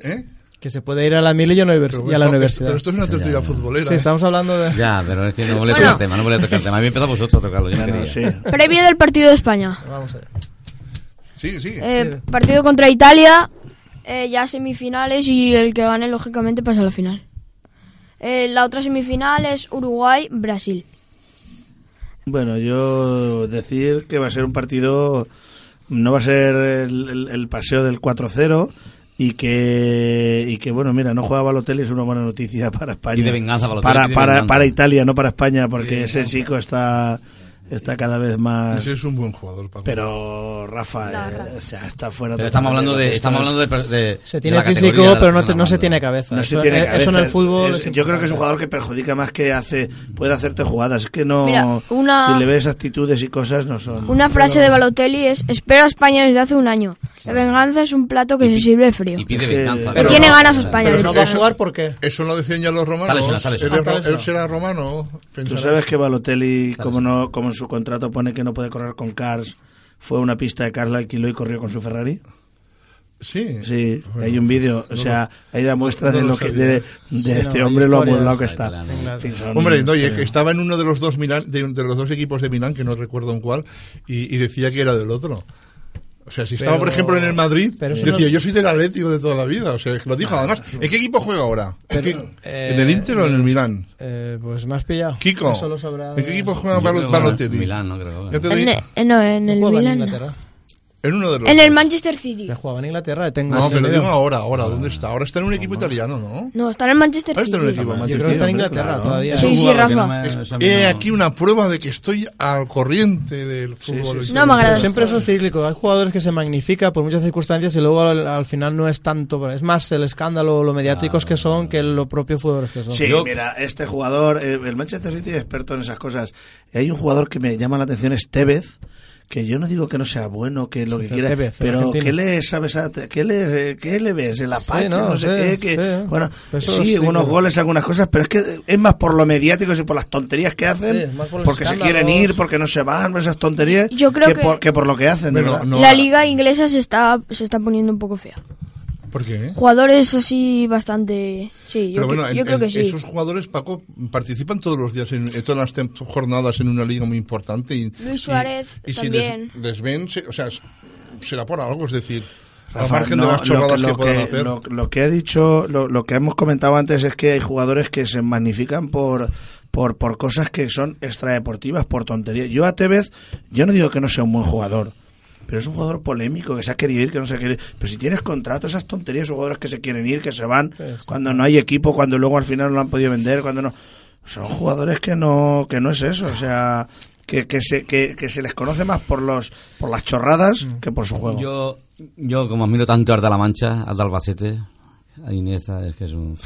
¿Eh?
Que se puede ir a la Mirella y a la univers-
Pero,
y a la
esto-
universidad.
pero esto es una tertulia futbolera. ¿eh?
Sí, estamos hablando de...
Ya, pero es que no voy a
Bueno.
tocar el tema, no voy a tocar el tema. A mí empezado vosotros a tocarlo, yo no
Bueno,
quería.
Ah, sí.
Previa del partido de España.
Vamos allá.
Sí, sí.
Eh, partido contra Italia, eh, ya semifinales y el que gane lógicamente pasa a la final. Eh, la otra semifinal es Uruguay-Brasil.
Bueno, yo decir que va a ser un partido, no va a ser el, el- el paseo del 4-0 y que, y que, bueno, mira, no juega Balotelli es una buena noticia para España.
Y de venganza, Balotelli,
para,
pide
para,
venganza.
para Italia, no para España, porque ese chico está, está cada vez más...
Ese es un buen jugador, Paco.
Pero Rafa,
No,
eh,
Rafa.
o sea, está fuera
Pero estamos hablando de, estamos hablando de, de-
Se
de
tiene
la categoría
físico,
de la
pero no,
persona
te- no se
hablando.
tiene cabeza.
No se
Eso-
tiene
eh, eso en el
cabeza.
fútbol...
Es-
es
yo creo que es
importante.
un jugador que perjudica más que hace puede hacerte jugadas. Es que no.
Mira, una-
Si le ves actitudes y cosas, no son.
Una frase de Balotelli es, espero a España desde hace un año. La venganza es un plato que se sirve frío.
Y pide
Es que-
venganza.
Que
Pero
tiene
no,
ganas España.
Pero no va a
Eso-
jugar porque...
Eso lo decían ya los romanos.
Está lesionado, está
Eres
lesionado.
Ah, está
ro-
lesionado.
Él será romano.
Tú
pensarás.
sabes que Balotelli,
Claro,
como
sí.
no, como en su contrato pone que no puede correr con Cars, fue a una pista de Cars la alquiló y corrió con su Ferrari.
Sí.
Sí,
Bueno, pues,
hay un vídeo, o
no
sea, ahí da muestra
no
de
lo
lo que
sabía.
de, de
Sí,
este
no, hay
hombre lo
historias.
aburlado que
Ay,
está.
claro.
En fin, son-
Hombre, no, oye, que estaba en uno de los dos Milán, de, de los dos equipos de Milán, que no recuerdo en cuál, y, y decía que era del otro. O sea, si estaba,
Pero-
por ejemplo, en el Madrid,
pero eso
decía,
no- Ah,
yo soy del Atlético de toda la vida. O sea, que lo dijo además. ¿En qué equipo juega ahora? ¿En, qué-
eh,
¿En el Inter o en el Milán?
Eh, pues me has pillado.
Kiko,
Eso lo sabrá-
¿en qué equipo
Yo
juega Bal-
creo que
Balotelli?
Milán, no creo.
Ya te
En,
doy-
eh, no, en el
Juega en
Milan. no.
Inglaterra.
En uno de los.
En el
dos.
Manchester City.
Ya jugaba en Inglaterra, tengo
No, pero
entendido.
digo ahora, ahora, ¿dónde está? Ahora está en un equipo italiano, ¿no?
No, está en el Manchester
Ahora está en un
City.
equipo
Yo creo
Manchester
que está en
hombre,
Inglaterra
claro.
todavía.
Sí, sí, Rafa.
Eh,
He aquí una prueba de que estoy al corriente del fútbol.
No me agrada.
Siempre son cíclicos. Hay jugadores que se magnifica por muchas circunstancias y luego al, al final no es tanto. Es más el escándalo, lo mediáticos que son, que los propios jugadores que son.
Sí,
Yo-
mira, este jugador, eh, el Manchester City es experto en esas cosas. Y hay un jugador que me llama la atención, es Tevez, que yo no digo que no sea bueno, que lo
Sí,
que
pero
quiera,
Tevez, el
pero
argentino.
¿qué le sabes a Te- qué le, eh, qué le ves? El
Sí,
Apache, no,
no,
sé
sí,
qué, que-
sí.
bueno,
Eso
sí,
sí,
unos
pero-
goles, algunas cosas, pero es que eh, es más por lo mediático y por las tonterías que hacen,
Sí, más por los
porque se quieren
escándalos.
ir, porque no se van, esas tonterías,
Yo creo que-
por, que por lo que hacen, de
Pero
verdad.
no-
La liga inglesa se está, se está poniendo un poco fea.
¿Por qué?
Jugadores así bastante... Sí, yo,
Pero bueno,
cre-
en-
yo creo
en-
que sí.
esos jugadores, Paco, participan todos los días, en, en todas las tem- jornadas en una liga muy importante. Y,
Luis Suárez
y, y
también.
Si les, les ven, se- o sea, s- será por algo, es decir, a
Rafa,
margen
no,
de las
lo
chorradas
lo
que, puedan hacer.
Lo, lo que he dicho, lo, lo que hemos comentado antes es que hay jugadores que se magnifican por por, por cosas que son extradeportivas, por tonterías. Yo a Tevez, yo no digo que no sea un buen jugador, pero es un jugador polémico, que se ha querido ir, que no se ha querido ir. Pero si tienes contrato, esas tonterías, son jugadores que se quieren ir, que se van, cuando no hay equipo, cuando luego al final no lo han podido vender, cuando no... Son jugadores que no, que no es eso, o sea... Que, que, se, que, que se les conoce más por los por las chorradas
Mm.
que por su juego.
Yo, yo como admiro tanto a Arda La Mancha, Arda Albacete, a Inés, es que es un...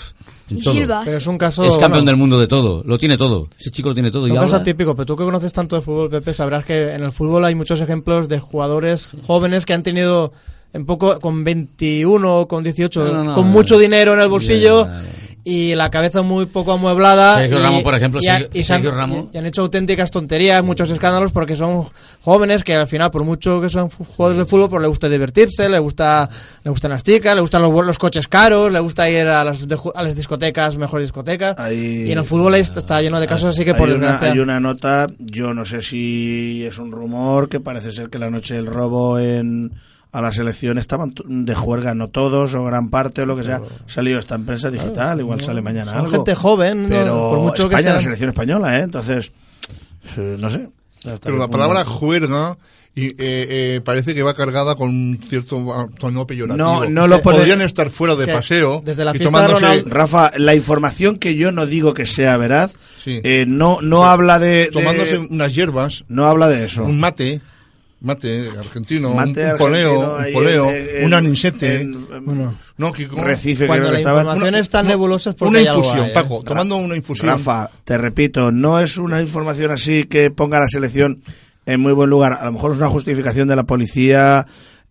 en
Y
todo.
Silva.
Pero es un caso.
Es
bueno,
campeón del mundo de todo, lo tiene todo. Ese chico lo tiene todo. y
Un caso
habla-
típico, pero tú que conoces tanto de fútbol, Pepe, sabrás que en el fútbol hay muchos ejemplos de jugadores jóvenes que han tenido en poco, con 21 o con 18,
No, no, no,
con
no.
mucho dinero en el bolsillo
Ya, ya,
y la cabeza muy poco amueblada.
Sergio
y,
Ramos, por ejemplo,
y, ha-
Sergio-
y se han-
Sergio Ramos.
y han hecho auténticas tonterías, muchos escándalos, porque son jóvenes que al final, por mucho que sean fu- jugadores de fútbol, pues le gusta divertirse, le gusta le gustan las chicas, le gustan los, bu- los coches caros, le gusta ir a las, de- a las discotecas, mejores discotecas.
Ahí-
y en el fútbol es- está lleno de casos así que por
hay, una,
desgracia.
hay una nota, yo no sé si es un rumor, que parece ser que la noche del robo en a la selección estaban t- de juerga, no todos o gran parte o lo que sea. Salió esta empresa digital, igual sale mañana
son
algo.
gente joven, ¿no?
pero
Por mucho que
España es la
sean-
selección española, ¿eh? Entonces, eh, no sé. Hasta
Pero
qué
la
punto.
palabra juerga y, eh, eh, parece que va cargada con un cierto ah, tono peyorativo.
No, no
Eh,
lo pone-
Podrían estar fuera de
Es que
paseo
desde la
y
fiesta de
tomándose...
Ronaldo-
Rafa, la información que yo no digo que sea verdad,
Sí.
eh, no no habla de, de-
tomándose unas hierbas,
no habla de eso.
un mate, mate argentino, un-
Mate
un,
argentino
poleo,
ahí
un poleo,
en- en-
un anisete,
en-
Bueno.
no, que con-
Recife, creo
Cuando
que
la
estaba.
información
Una-
está
no,
nebulosa es porque
una
hay algo
infusión,
ahí, ¿eh?
Paco, tomando una infusión.
Rafa, te repito, no es una información así que ponga a la selección en muy buen lugar. A lo mejor es una justificación de la policía.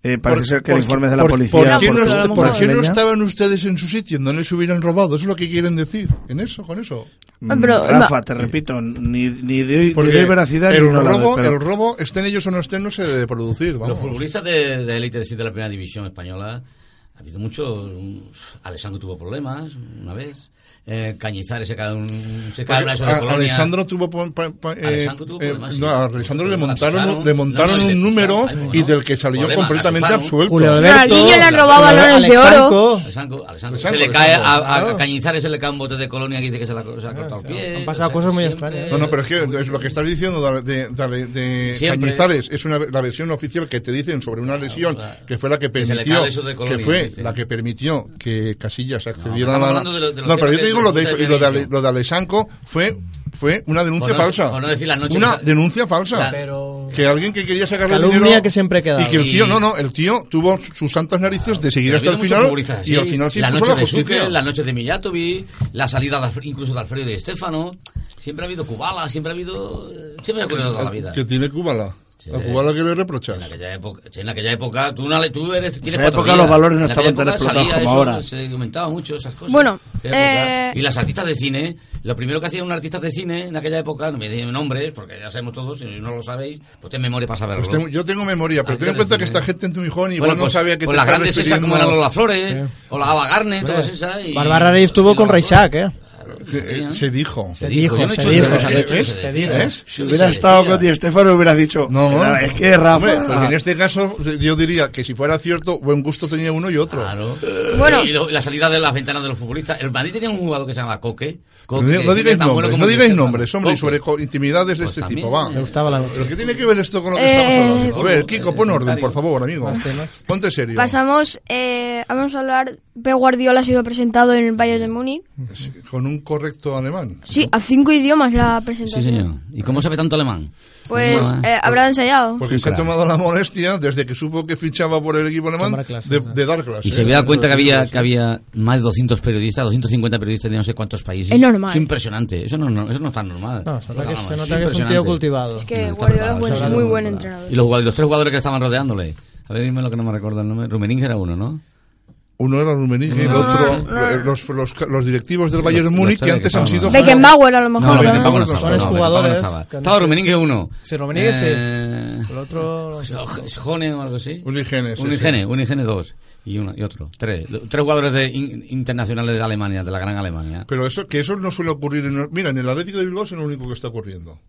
eh, parece
Por-
ser que
por-
informes de la
por-
policía.
¿Por qué,
por-
no,
por-
est-
por-
por qué no
brasileña.
estaban ustedes en su sitio? No les hubieran robado. Eso es lo que quieren decir. En eso, con eso.
Mm,
Ah, Pero-
Rafa, te repito, ni, ni doy, ni
Porque
doy veracidad
el,
ni no la doy,
robo,
pero-
el robo, estén ellos o no estén, no se debe producir. vamos.
Los futbolistas de, de élite sí, de la primera división española ha habido muchos. un- Alessandro tuvo problemas una vez. Eh, Cañizares se cae un se cae una de esas de
Pues, A-
Colonia.
Alessandro tuvo. po- pa- pa- eh,
Alessandro tuvo
eh,
problemas, sí.
no, a Alessandro le
Problemas,
montaron,
acusaron,
le montaron
no, no,
un
le
número
acusaron,
y
bueno,
del que salió
problemas,
completamente
acusaron.
absuelto.
Julio Alberto,
Ronaldinho le han robado
Julio
balones de
Alexanco.
oro.
Alessandro, Alessandro.
Alessandro,
Se le cae a,
Alessandro,
a- a
claro. Ah,
Cañizares se le cae un bote de Colonia que dice que se, la, se ha cortado el pie.
Han pasado cosas muy extrañas.
No, no, pero es que es lo que estás diciendo de, de- de- de
Eh, Siempre.
Cañizares es una, la versión oficial que te dicen sobre una lesión
claro.
que fue la que
Que se le
permitió
cae eso de Colonia,
que fue
dicen.
la que permitió que Casillas accediera
estamos
a la
hablando de lo- de los
No, pero
temas
yo te
que
digo lo de
se
eso y lo de, Ale-
denuncian.
lo de Alexanco fue fue una denuncia
Por no-
falsa.
por no decir la noche
una
que-
denuncia falsa.
La-
Pero-
que alguien que quería sacarle
Calumnia
dinero
que siempre ha quedado.
y que el
Y-
tío no no el tío tuvo sus santas narices de seguir hasta el
Pero ha habido muchos
final
futbolistas así.
y al final sí
la
puso
noche
la
de Suque,
justicia
la noche de Mijatovic, la salida de Alfre- incluso de Alfredo y de Estefano. Siempre ha habido Kubala, siempre ha habido. eh, Siempre ha ocurrido toda la vida.
que tiene Cubala
Sí.
a Cubala que le reprochas
En aquella época, sí, en aquella época tú, una, le- tú eres, tienes
aquella
cuatro
época
vidas.
los valores no
En aquella
estaban tan
época
explotados
salía
como
eso,
ahora.
Se comentaba mucho esas cosas.
Bueno,
En aquella
eh,
época. Y las artistas de cine, lo primero que hacían un artista de cine en aquella época, no me digan nombres, porque ya sabemos todos, si no lo sabéis, pues ten memoria para saberlo.
Pues tengo- yo tengo memoria, pero
Antes
ten en cuenta
del
que
cine.
esta gente en tu mijón igual
bueno,
no
pues,
sabía que
pues
te
las
estás
grandes esas como
refiriendo.
eran Lola Flores, o la Ava Garner, todas esas. y-
¿eh? Bárbara Rey estuvo
y
con
Lola
Reixac,
Flores.
¿eh?
Claro.
Eh, se ¿Eh? dijo.
Se dijo, yo no he
se
hecho
dijo,
nada, se
se
dijo,
dijo,
se
se
dijo.
dijo.
¿Ves?
Sí,
Si hubiera
se
estado
decía.
con Di Stefano, hubieras dicho.
No, no.
Es que Rafa.
Hombre, pues
ah.
en este caso yo diría que si fuera cierto, buen gusto tenía uno y otro.
Claro.
Bueno.
Y lo- la salida de las ventanas de los futbolistas. El Madrid tenía un jugador que se llama Coque.
No,
Coque, que
no
decía
digáis
tan bueno
nombres,
como
no digáis
Cristiano.
nombres, hombre,
Coque.
sobre co- intimidades de
Pues
este
también.
tipo, va.
Me gustaba la
Pero
noche.
¿qué tiene que ver esto con lo que
Eh,
estamos hablando? A ver,
fútbol,
Kiko,
eh,
pon orden,
comentario.
por favor, amigo.
Más temas.
Ponte serio.
Pasamos, eh, vamos a hablar. Pep Guardiola ha sido presentado en el Bayern de Múnich.
Sí, Con un correcto alemán.
Sí, a cinco idiomas la
Sí,
presentación.
señor. ¿Y cómo sabe tanto alemán?
Pues
Bueno,
eh, habrá ensayado.
Porque
Sí,
se ha
claro.
tomado la molestia, desde que supo que fichaba por el equipo alemán,
Tomar clases,
de,
¿no?
de dar clases.
Y se había dado cuenta que había, que había más de 200 periodistas, 250 periodistas de no sé cuántos países.
Es normal.
Es impresionante. Eso no, no- eso no está normal.
No, se nota que,
Vamos,
se nota
es
que es un tío
impresionante.
cultivado.
Es que
No, está
Guardiola
preparado,
es buen-
está
muy buen
preparado.
entrenador.
Y los, jugadores- los tres jugadores que estaban rodeándole. A ver, dime lo que no me recuerdo el nombre. Rummenigge era uno, ¿no?
Uno era Rummenigge y el
No,
otro,
no, no.
eh, Los, los, los directivos del Bayern
los
Múnich, que
tres
antes
que
han
estaban
sido...
ahí.
Beckenbauer a lo mejor.
No,
¿verdad?
Beckenbauer
Beckenbauer
Son
estaba,
jugadores
Beckenbauer no estaba.
que han-
Estaba Rummenigge uno.
Sí, Rummenigge sí.
Eh,
El otro...
Jone o algo así.
Unigene, sí,
Unigene, Unigene dos. Y, uno, y otro. Tres. Tres jugadores de in- internacionales de Alemania, de la gran Alemania.
Pero eso, que eso no suele ocurrir. En, mira, en el Atlético de Bilbao es el único que está ocurriendo.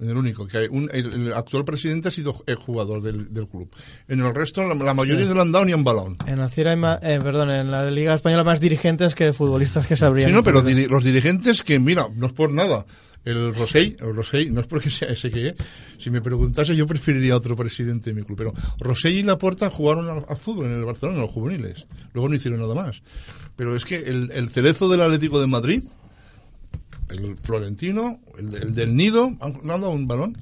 En el único. Que hay un- el, el actual presidente ha sido el jugador del, del club. En el resto, la, la mayoría no le han dado ni un balón.
En la, Cira hay ma- eh, perdón, en la Liga Española más dirigentes que futbolistas que sabrían.
Sí, no, pero diri- los dirigentes que, mira, no es por nada. El Rosell, el Rosell, no es porque sea ese que es. Si me preguntase, yo preferiría otro presidente de mi club. Pero Rosell y Laporta jugaron al, al fútbol en el Barcelona, en los juveniles. Luego no hicieron nada más. Pero es que el, el cerezo del Atlético de Madrid, el florentino, el, de- el del Nido, han, no han dado un balón.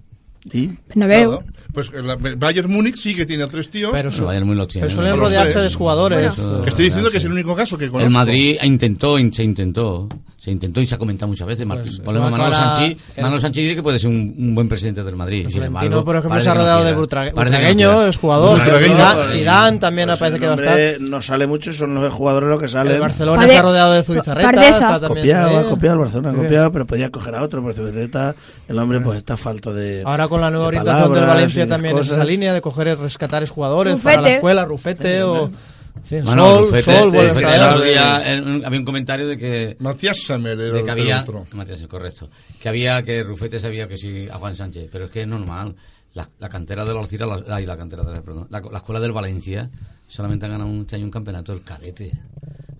Y
Bernabéu.
Nada. Pues el Bayern Múnich sí que tiene a tres tíos.
Pero, su-
Bayern Múnich los
pero
tiene,
suelen
¿no?
rodearse de
Sí.
jugadores.
Bueno.
que estoy diciendo que es el único caso que conozco.
El Madrid intentó, in- se intentó, se intentó y se ha comentado muchas veces. Martín.
Pues,
El problema
es una
Manuel
cara-
Sanchi.
el-
Manuel Sanchi dice que puede ser un, un buen presidente del Madrid.
Pues
Sin
Florentino,
embargo,
por ejemplo,
parece
se ha
que no
rodeado de
quiere.
Butrague-
Parece que no
Butragueño,
quiere.
es jugador.
Butragueño.
Zidane- Zidane también
pues
aparece
el
que va a
nombre
estar.
No sale mucho, son los jugadores los que salen.
El Barcelona
Pade-
se ha rodeado de Zubizarreta.
Pardeza.
está también
Copiado,
ahí.
ha copiado, el Barcelona ha
Sí.
copiado, pero podía coger a otro, porque Zubizarreta, el hombre pues está falto de.
Ahora con la nueva
de
orientación del
palabras y
Valencia
de
también es
cosas.
esa línea de coger y rescatar jugadores para la
Rufete.
escuela, Rufete o... Sí,
Bueno,
Sol,
Rufete-
Sol, vuelve a
Rufete
caer.
eh, el otro día, eh, un- había un comentario de que,
Matías Samer era
de
el- el
que había,
otro.
Matías, sí, correcto, que había que Rufete sabía que sí a Juan Sánchez, pero es que es normal. La, la cantera del Alcira, la, ay, la cantera de la, perdón, la, la escuela del Valencia solamente ha ganado un- este año un campeonato el cadete.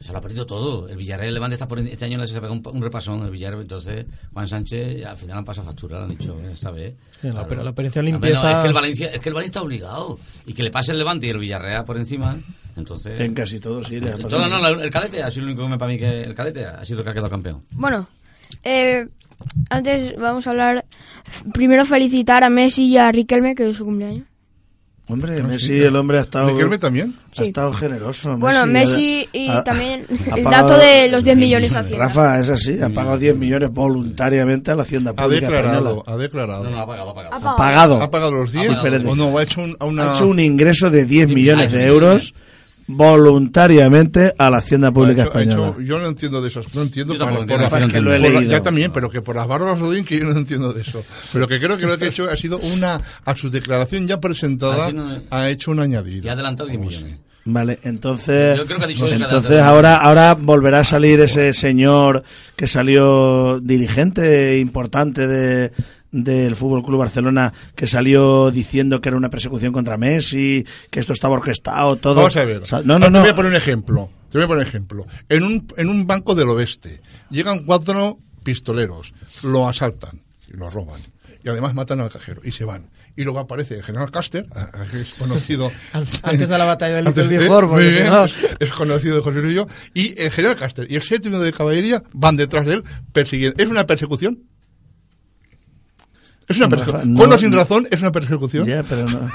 Se lo ha perdido todo. El Villarreal y el Levante está por este año se ha pegado un, pa- un repasón el Villarreal, entonces Juan Sánchez al final han pasado factura, le han dicho eh, esta vez.
Sí, la-
Claro.
la operación
A menos-
limpieza-
es que el Valencia, es que el Valencia está obligado y que le pase el Levante y el Villarreal por encima, entonces
En casi todos, sí. le ha pasado.
todo, no, la- el cadete ha sido el único que me- para mí que el cadete ha sido el que ha quedado campeón.
Bueno, eh, antes vamos a hablar. Primero felicitar a Messi y a Riquelme, que es su cumpleaños.
Ah,
Hombre, Messi, el hombre ha estado.
Riquelme también.
Ha estado generoso.
Bueno, Messi
ha-
y
ha-
también
ha
el
pagado-
dato de los 10 millones a Hacienda.
Rafa, es así, ha pagado 10 millones voluntariamente a la Hacienda
Ha
Pública.
declarado,
española.
ha declarado.
No, no, ha pagado, ha pagado.
Ha
Ha
pagado.
pagado.
¿Ha pagado los 10?
Diferente.
¿O no? ¿Ha hecho, un- a una...
Ha hecho un ingreso de 10 millones de
millones.
euros voluntariamente a la Hacienda
ha
Pública
hecho- ha hecho-
Española.
yo no entiendo de esas. No entiendo.
Yo tampoco
por-
entiendo,
por-
es que lo he
por-
leído.
ya también, pero que por las barbas lo den, que yo no entiendo de eso. Pero que creo que lo que ha hecho ha sido una... A su declaración ya presentada
Ha hecho una-
ha hecho un
Y ha
añadido.
adelantado 10 millones.
Vale, entonces,
Yo creo que ha dicho
pues
eso,
entonces
adelantado.
ahora, ahora volverá a salir ese señor que salió dirigente importante de del Fútbol Club Barcelona que salió diciendo que era una persecución contra Messi, que esto estaba orquestado, todo.
Vamos a ver.
O sea, No, no,
Ahora
no.
Te voy a poner un ejemplo. Te voy a poner un ejemplo. En un, en un banco del oeste llegan cuatro pistoleros, lo asaltan y lo roban. Y además matan al cajero y se van. Y luego aparece el general Caster, a- a- que es conocido.
Antes de la batalla del
Antes,
Little
eh,
Big Horn, porque
muy
si
bien,
no-
es conocido de José Luis Río, y el general Caster y el séptimo de caballería van detrás de él persiguiendo. ¿Es una persecución? Es una
Rafa,
persecución.
no-
Con o sin razón, es una persecución.
Ya, pero no.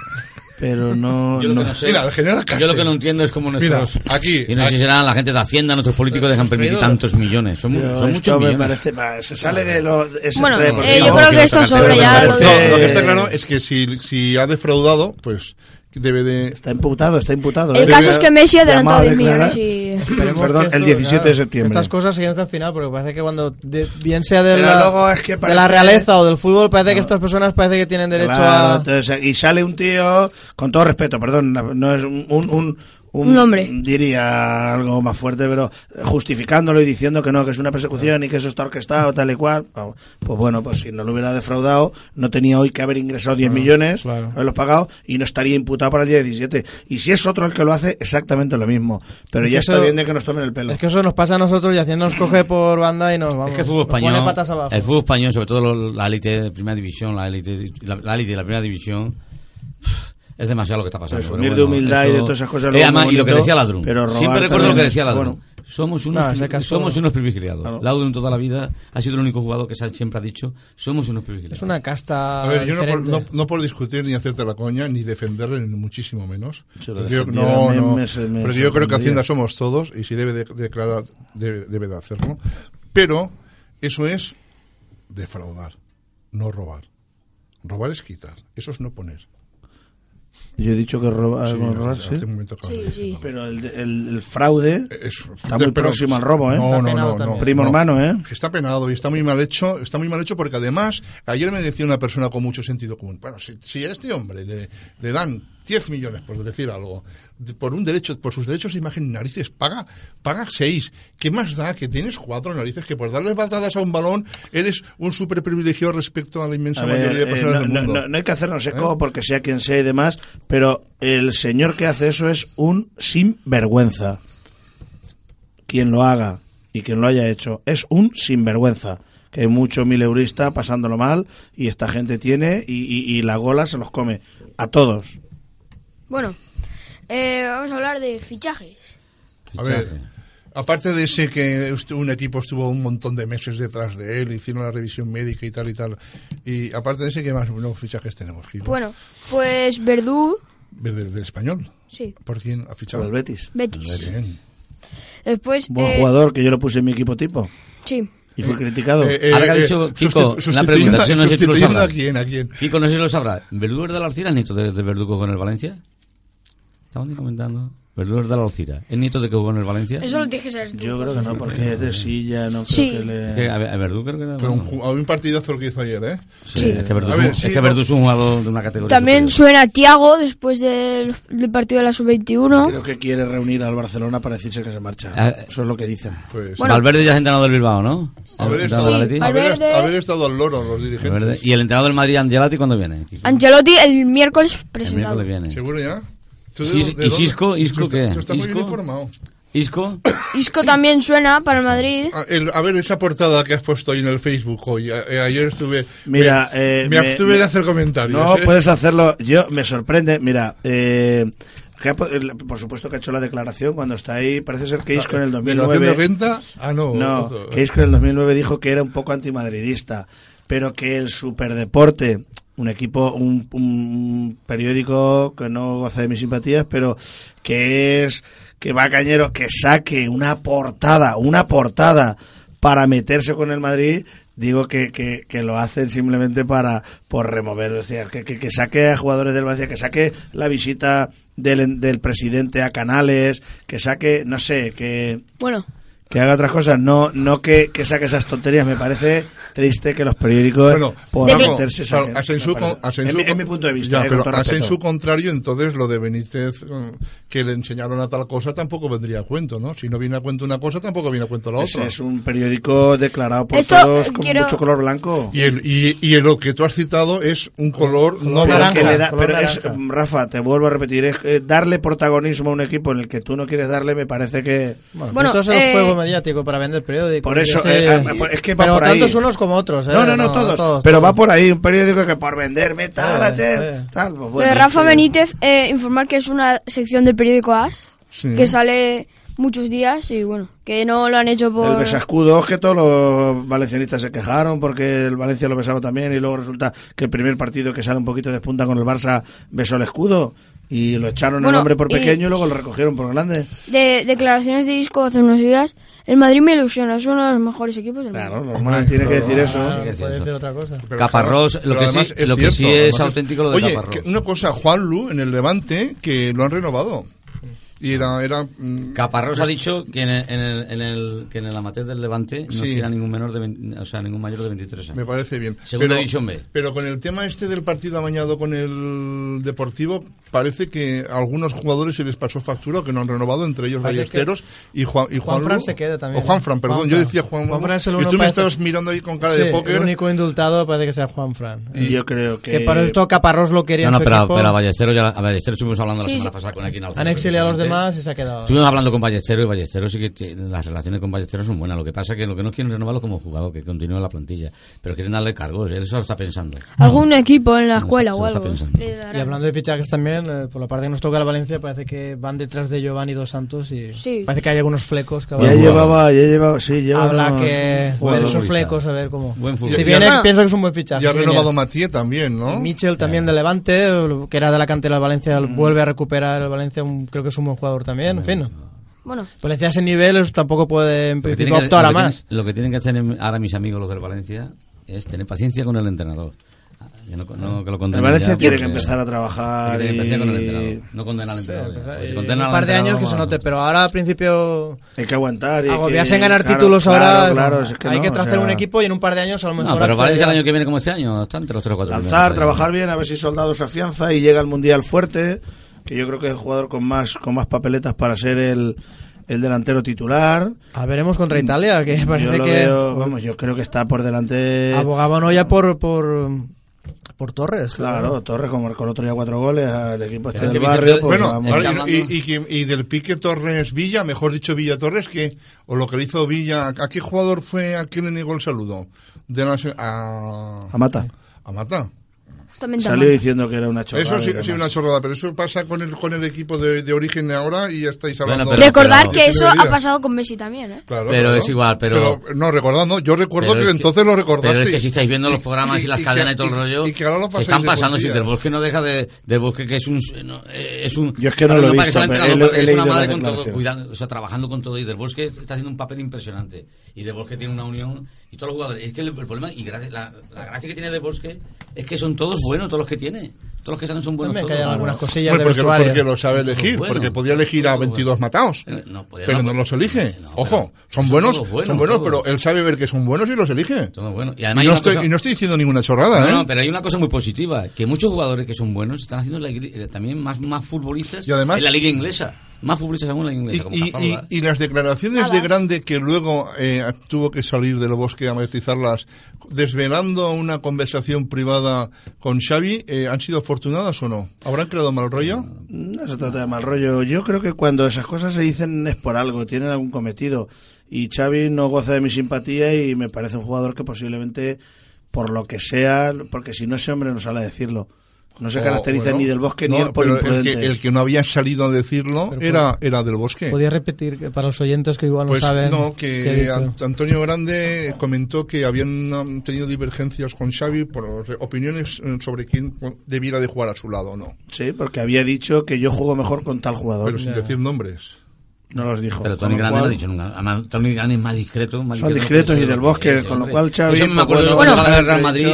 Pero no.
Yo lo,
no.
que no sé-
Mira, el general
yo lo
Castells.
que no entiendo es cómo nuestros.
Mira, aquí-
Y no sé
aquí-
si serán la gente de Hacienda, nuestros políticos dejan permitir tantos millones. Son, mu-
Yo,
son
esto
muchos
me
millones.
parece. va, se sale de los.
Bueno,
eh, yo creo que esto sobra
sobre
ya,
No,
lo de-
lo que está claro es que si, si ha defraudado, pues debe de...
Está imputado, está imputado.
El
¿eh?
caso es que Messi ha
Llamado
adelantado
a
10 millones
declarar.
y.
Esperemos
Perdón,
que esto,
el 17 de
claro,
septiembre.
Estas cosas siguen hasta el final, porque parece que cuando de- bien sea de
Pero
la,
luego es que
de
parece-
la realeza o del fútbol, parece que estas personas parece que tienen derecho
Claro,
a...
entonces, y sale un tío, con todo respeto, perdón, no es un, un, un-
Un nombre.
Diría algo más fuerte, pero justificándolo y diciendo que no, que es una persecución y que eso está orquestado, tal y cual. Pues bueno, pues si no lo hubiera defraudado, no tenía hoy que haber ingresado 10 millones,
Ah, claro.
haberlos pagado, y no estaría imputado para el día 17. Y si es otro el que lo hace, exactamente lo mismo. Pero
Es
ya
que
está
eso-
bien de que nos tomen el pelo.
Es que eso nos pasa a nosotros y haciendo nos coge por banda y nos vamos.
es que el fútbol
nos pone
español,
patas abajo.
el fútbol español, sobre todo lo- la élite de primera división, la élite, la, la élite de la primera división, es demasiado lo que está pasando.
Presumir
pero
de humildad y de todas esas cosas,
Eh,
luego
además,
muy
y lo que
bonito,
decía Ladrón.
pero robar
Siempre recuerdo lo que
también.
decía Ladrún.
Bueno.
somos unos,
No,
pri-
ese caso-
somos unos privilegiados.
Claro.
Ladrón toda la vida ha sido el único jugador que se ha- siempre ha dicho, somos unos privilegiados.
Es una casta.
Ah,
A ver, yo no por,
diferente.
no, no por discutir ni hacerte la coña, ni defenderle, ni muchísimo menos.
Se lo
Pero yo,
defendiera,
no,
me-
no.
me- se- me
pero yo creo que
sorprendería.
Hacienda somos todos y si debe de- declarar, debe, debe de hacerlo. Pero eso es defraudar, no robar. Robar es quitar, eso es no poner.
Yo he dicho que roba,
Sí,
algo robar,
hace
sí.
un momento acabas
Sí,
de decirlo.
Pero el, el- el fraude
Eh, Es-
Está muy
pero-
próximo al robo, ¿eh?
No,
Está
no,
penado
no,
también.
no,
Primo
no.
hermano, ¿eh?
Está penado y está muy mal hecho, está muy mal hecho porque además ayer me decía una persona con mucho sentido común, bueno, si, si a este hombre le, le dan 10 millones por decir algo, de- por un derecho, por sus derechos de imagen y narices, paga, paga 6. ¿Qué más da que tienes cuatro narices que por darle patadas a un balón eres un super privilegiado respecto a la inmensa
A ver,
mayoría de
eh,
personas
no,
del
no-
mundo?
no- no hay que hacernos eco porque sea quien sea y demás, pero el señor que hace eso es un sinvergüenza. Quien lo haga y quien lo haya hecho es un sinvergüenza. Que hay mucho mileurista pasándolo mal y esta gente tiene y, y- y la gola se los come. A todos.
Bueno, eh, vamos a hablar de fichajes.
A
Fichaje.
ver, aparte de ese que estu- un equipo estuvo un montón de meses detrás de él, hicieron la revisión médica y tal y tal. Y aparte de ese, ¿qué más nuevos fichajes tenemos, Gil?
Bueno, pues Verdú,
Desde del español.
sí,
¿Por quién ha
Por
fichado? Eh,
el Pues
Eh,
Betis.
Betis.
Bien.
Después,
Buen
eh,
jugador que yo lo puse en mi equipo tipo
sí,
y fue criticado.
Eh, eh,
Ahora que ha
eh,
dicho
sustitu-
Kiko, una
sustituyendo-
pregunta, si no es el
sustituyendo
Cruzado.
a quién, a quién.
Kiko, no sé si lo sabrá. ¿Verdugo es de la Alcira, el nieto de, de Verdugo con el Valencia? Estaban comentando. Verdugo es de la Alcira. ¿Es nieto de que jugó en el Valencia?
eso lo tienes que saber tú.
Yo creo que no, porque es de silla, no creo
Sí.
que le...
Eh.
Que, a, ver, a Verdugo creo que era.
Pero un,
bueno,
ju- a un partidazo lo que hizo ayer, ¿eh?
sí,
Sí.
Es que Verdugo
A ver,
es
sí,
que
no-
Verdugo es un jugador de una categoría.
También
superior.
suena Tiago después del, del partido de la sub-21.
Creo que quiere reunir al Barcelona para decirse que se marcha.
Ah,
Eso es lo que dicen.
Pues,
Bueno.
Valverde ya es entrenador del Bilbao, ¿no?
haber,
Entrenador
estado,
Sí,
del Atleti.
Valverde.
haber est- haber estado al loro los dirigentes.
Valverde. ¿Y el entrenador del Madrid, Angelati, cuándo viene? Kiko?
Ancelotti el miércoles
El
presentado.
miércoles viene.
¿Seguro ya? ¿Tú
Sí, ¿y
dónde?
Isco? ¿Isco
Tú estás-
qué?
tú estás muy bien
¿Isco?
informado.
¿Isco?
Isco también suena para el Madrid.
A, Ah, el- a ver, esa portada que has puesto hoy en el Facebook hoy. a- eh, ayer estuve.
Mira,
me,
eh,
me
me-
abstuve de hacer comentarios.
No
¿eh?
puedes hacerlo. Yo me sorprende. Mira, eh, que ha po- el- por supuesto que ha hecho la declaración cuando está ahí. Parece ser que Isco en el
Renovación de
2009.
renta? Ah, no.
No,
otro.
que Isco en el 2009 dijo que era un poco antimadridista, pero que el Superdeporte, un equipo, un, un periódico que no goza de mis simpatías, pero que es que va cañero, que saque una portada, una portada para meterse con el Madrid, digo que, que, que lo hacen simplemente para por remover, o sea, que, que, que saque a jugadores del Valencia, que saque la visita del, del presidente a Canales, que saque, no sé, que
Bueno,
que haga otras cosas, no, no que, que saque esas tonterías. Me parece triste que los periódicos
Bueno,
puedan
Paco,
meterse
claro,
saquen,
Asensu
me
con-
parece.
Asensu
es, mi- es
con-
mi punto de vista.
Ya,
eh,
pero
con todo respeto.
Asensu contrario, entonces lo de Benítez mm, que le enseñaron a tal cosa tampoco vendría a cuento, ¿no? Si no viene a cuento una cosa, tampoco viene a cuento la
Ese
otra.
es un periódico declarado por
Esto,
todos
eh,
con
quiero-
mucho color blanco.
Y, el, y, y el- lo que tú has citado es un color no
Pero
naranja,
que le da-
blanco.
color
pero es,
naranja.
Rafa, te vuelvo a repetir, es eh, darle protagonismo a un equipo en el que tú no quieres darle, me parece que...
Bueno,
esto es el
eh,
juego mediático para vender periódicos.
Por eso,
yo sé.
eh, ah, es que va
pero
por ahí.
tantos unos como otros. ¿eh?
no, no, no, todos, Pero va por ahí, un periódico que por venderme tal,
Eh,
ayer,
eh.
tal, pues
lo de
bueno,
Rafa
sí.
Benítez, eh, informar que es una sección del periódico AS,
Sí.
que sale muchos días y bueno, que no lo han hecho por...
El besascudo es que todos los valencianistas se quejaron porque el Valencia lo besaba también y luego resulta que el primer partido que sale un poquito de punta con el Barça besó el escudo y lo echaron
Bueno,
el hombre por
y-
pequeño y luego lo recogieron por grande.
De declaraciones de disco hace unos días, el Madrid me ilusiona, es uno de los mejores equipos del
Claro,
mundo.
normal, tiene que decir eso.
Ah,
que decir
puede
eso.
decir otra cosa.
Pero
Caparrós,
claro,
lo
pero
que sí-
además
lo que sí es
además
auténtico lo de
Oye,
Caparrós.
que una cosa, Juan Lu en el Levante, que lo han renovado. Y era... era mm,
Caparrós ha dicho que en el, en el- en el- que en el amateur del Levante no
Sí.
quiera ningún menor de 20 o sea, ningún mayor de 23 años.
Me parece bien.
Segunda división B.
Pero con el tema este del partido amañado con el Deportivo, parece que a algunos jugadores se les pasó factura o que no han renovado, entre ellos
Parece
Ballesteros y Juan, y Juan
Juanfran
Lu-
se queda también,
O Juan Fran,
¿eh?
perdón,
Juanfran.
yo decía Juan,
Juanfran es el
Y
uno
tú me
parece-
estás mirando ahí con cara
Sí,
de póker.
El único indultado parece que sea Juan Fran.
Yo creo que...
Que para esto Caparrós lo quería
No,
en
no,
su
pero,
equipo,
pero a Ballesteros ya, a Ballesteros estuvimos hablando la
Sí,
semana
sí.
pasada con aquí en Alcázar,
han exiliado a los
precisamente.
demás y se ha quedado.
Estuvimos hablando con Ballesteros y Ballesteros sí que tiene- las relaciones con Ballesteros son buenas. Lo que pasa es que lo que no quieren renovarlo como jugador, que continúe en la plantilla. Pero quieren darle cargos, él eso lo está pensando.
Algún equipo en la
No,
escuela
se-
o
se lo
algo.
está pensando.
le darán.
Y hablando de fichajes también, eh, por la parte que nos toca la Valencia, parece que van detrás de Giovanni dos Santos y
Sí.
parece que hay algunos flecos. Que
Ya
habrá-
llevaba, ya llevaba, sí, llevaba...
Habla
unos-
que
Bueno,
ver esos
futbolista.
flecos, a ver cómo.
Buen
si
futbolista.
viene,
Ya-
pienso que es un buen fichaje.
Y ha
si
renovado
viene.
Matié también, ¿no?
Y Mitchell también de Levante, que era de la cantera del Valencia,
Mm.
vuelve a recuperar el Valencia, un- creo que es un buen jugador también, en fin.
Bueno,
Valencia a ese nivel es- tampoco puede en
Lo que
principio
tienen que-
optar a
lo que
más.
tienen- lo que tienen que hacer en- ahora mis amigos los del Valencia es tener paciencia con el entrenador. Ah, que no- no- que lo
El
condenen
Valencia
ya,
tiene que
porque-
empezar a
Hay
trabajar
que tener paciencia con el entrenador.
y...
No condenar al entrenador.
Empezar-
Porque
eh,
condenan al
un par de
entrenador,
años que se
vamos.
note, pero ahora al principio
Hay que aguantar y hay
agobiarse
que-
en ganar
claro,
títulos
claro,
ahora.
claro, es que
hay
no,
que
o
trazar
sea,
un equipo y en un par de años a lo mejor.
No, pero Valencia el
accederá.
año que viene como este año, está entre los 3 o 4
Lanzar, trabajar bien, a ver si Soldado se afianza y llega al Mundial fuerte, que yo creo que es el jugador con más, con más papeletas para ser el, el delantero titular.
A veremos contra Italia, que
yo
parece
lo
que
veo- vamos, yo creo que está por delante...
abogaban hoy ya por, por, por Torres.
Claro, Torres, como marcó el otro día cuatro goles al equipo este
Pero
del
es que
barrio.
Vicente-
pues
Bueno,
vamos.
ahora,
Llamando.
y, y- y- y del pique Torres Villa, mejor dicho Villa Torres, que o lo que le hizo Villa, ¿a qué jugador fue a quien le negó el saludo? De la, a,
A Mata.
a Mata.
justamente
Salió
Amanda.
diciendo que era una chorrada.
Eso sí,
y demás.
sí, una chorrada, pero eso pasa con el con el equipo de, de origen de ahora y ya estáis
Bueno,
hablando.
pero-
Recordar
pero-
que eso
Debería.
ha pasado con Messi también, ¿eh?
Claro,
Pero
claro.
es igual, pero-
no recordando, yo recuerdo
Pero
que,
es que-
entonces lo recordaste.
Pero es que si estáis viendo los programas y, las cadenas y todo el rollo,
y que ahora lo
se
pasáis
están
de buen
pasando. Si
día.
Del Bosque no deja de. Del Bosque que es un. no, eh, es un
Yo es que no lo he
para
visto,
sea el
pero
entrenador,
he- he
es una
leído
madre
las
con todo,
declaraciones.
cuidando, o sea, trabajando con todo. Y Del Bosque está haciendo un papel impresionante. Y Del Bosque tiene una unión. Y todos los jugadores. Es que el, el problema. Y gracia- la, la gracia que tiene Del Bosque es que son todos buenos, todos los que tiene. Todos los que salen son buenos.
También que
todos.
hayan algunas cosillas
Hombre,
de
porque,
vestuario.
porque lo sabe elegir,
Bueno,
porque podía elegir a
bueno.
22 matados.
Eh, no, podía
pero
no. eh,
no los elige.
No,
Ojo,
pero
son
son
buenos,
todos buenos,
son buenos,
todos.
pero él sabe ver que son buenos y los elige.
Todo bueno. Y
Y
además hay
no,
una
estoy,
cosa-
y no estoy diciendo ninguna chorrada, ¿eh?
No, no, pero hay una cosa muy positiva, que muchos jugadores que son buenos están haciendo la igre- eh, también más, más futbolistas
Y además-
en la liga inglesa. Más futbolistas aún en la liga
Y,
inglesa, como
y-
Cazorla.
y- y las declaraciones
Nada.
de Grande que luego eh, tuvo que salir del bosque a matizarlas, desvelando una conversación privada con Xavi, eh, ¿han sido afortunadas o no? ¿Habrán creado mal rollo?
No se trata de mal rollo. Yo creo que cuando esas cosas se dicen es por algo, tienen algún cometido. Y Xavi no goza de mi simpatía y me parece un jugador que posiblemente, por lo que sea, porque si no ese hombre no sale a decirlo. No se
O,
caracteriza
Oh, bueno,
ni del bosque ni
no,
él por
pero el que,
imprudente.
el que no había salido a decirlo
Pero
era, era del bosque.
Podía repetir que para los oyentes que igual no
Pues
saben.
no,
qué he
que
dicho.
Ant- Antonio Grande comentó que habían um, tenido divergencias con Xavi por re- opiniones eh, sobre quién debiera de jugar a su lado o no,
Sí, porque había dicho que yo juego mejor con tal
Pues
jugador.
pero sin decir nombres.
No los dijo.
Pero
Con lo
Tony Grande no
cual-
ha dicho nunca. Además, Tony Grande es más discreto. Más
Son
que
discretos y
lo
del
que
Bosque,
es,
con lo
hombre.
cual Xavi,
Eso me
pues
acuerdo yo
bueno,
cuando jugaba en el Real
siempre he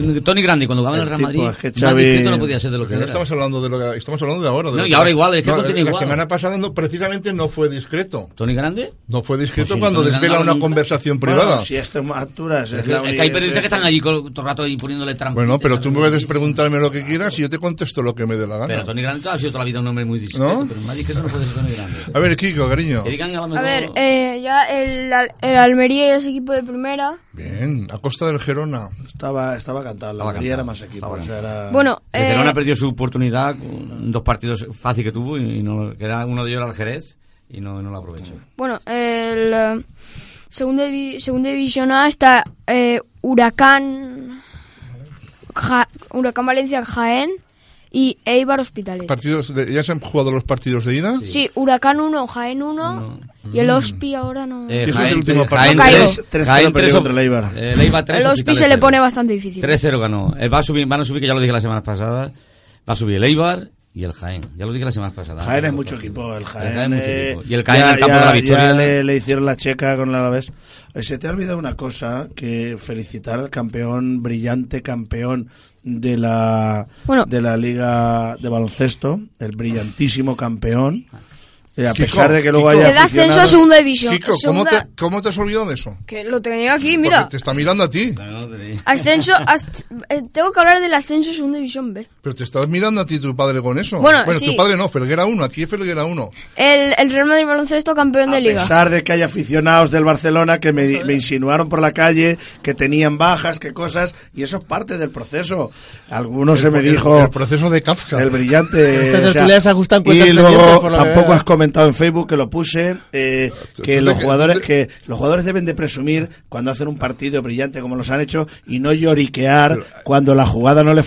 Madrid. Tony Grande, cuando jugaba en el Real
El
Madrid,
tipo, es que
más
Xavi-
discreto no podía ser de lo
Porque
que
no
era.
estamos hablando de lo que estamos hablando de ahora. de
No,
lo
y ahora igual, es que
la,
continúa
la
igual.
semana pasada no, precisamente no fue discreto.
Tony Grande.
No fue discreto
Pues si
cuando
no le han
desvela
dado
una
ninguna-
conversación
Bueno,
privada.
si esto es más alturas,
Es
es
que,
la
es que hay
única-
periodistas que están allí col- todo el rato y poniéndole trampas.
Bueno, pero tú me puedes preguntarme lo que quieras y yo te contesto lo que me dé la
Pero
gana.
Tony Grande ha sido toda la vida un hombre muy discreto,
¿No?
pero más discreto no puede ser Tony Grande.
A ver, Kiko, cariño.
Que digan a lo
A
mejor-
ver, eh, ya el, Al- el Almería ya es equipo de primera.
Bien, a costa del Gerona.
Estaba, estaba cantado, la
Estaba
mayoría era
cantado,
más equipo.
estaba
o sea, era-
Bueno,
El
eh,
Girona perdió su oportunidad con dos partidos fácil que tuvo y no, que era uno de ellos era el Jerez y no, no lo aprovechó.
Mm.
bueno, el eh, segunda, divi- segunda división A está eh, Huracán Ja- Huracán Valencia Jaén y Eibar Hospitalet.
Partidos de- ¿Ya se han jugado los partidos de ida?
Sí, Huracán 1, Jaén 1 y el Hospi ahora no.
Ese
Eh,
es el
Jaén,
último
Jaén
partido.
Caigo.
3,
3-0
Jaén 3,
perdió contra el Eibar.
eh, el Eibar 3,
el Hospi se le pone bastante difícil.
3-0 ganó. Eh, va a subir, van a subir, que ya lo dije la semana pasada, va a subir el Eibar y el Jaén. Ya lo dije la semana pasada.
Jaén es mucho equipo, el Jaén.
es mucho
eh,
equipo. Y el Jaén
ya-
en el campo
ya-
de la victoria.
ya le, le hicieron la checa con el Alavés. Eh, Se te ha olvidado una cosa, que felicitar al campeón, brillante campeón de la,
Bueno.
de la Liga de Baloncesto, el brillantísimo campeón. Eh, a
Kiko,
pesar de que luego
Kiko.
haya
Que da ascenso a
aficionados-
segunda división.
Chico, ¿cómo
Segunda-
te, ¿cómo te has olvidado de eso?
Que lo tenía aquí,
Porque
mira.
te está mirando a ti,
Ascenso. ast- eh, tengo que hablar del ascenso a segunda división B.
pero te estás mirando a ti tu padre con eso.
Bueno, sí.
tu padre no, Felguera 1, aquí es Felguera 1.
El, el Real Madrid baloncesto campeón de
A
liga.
pesar de que hay aficionados del Barcelona que me, me insinuaron por la calle que tenían bajas, que cosas, y eso es parte del proceso. Algunos se me
El-
dijo
El, proceso de Kafka.
el brillante.
Estas
o sea,
tertulias ajustan cuentas
y
pendientes,
luego
por lo que
tampoco
veo.
has comentado en Facebook que lo puse eh,
Tú-
que
tú
los
te-
jugadores
tú
que los jugadores deben de presumir cuando hacen un partido brillante como los han hecho y no lloriquear cuando la jugada no les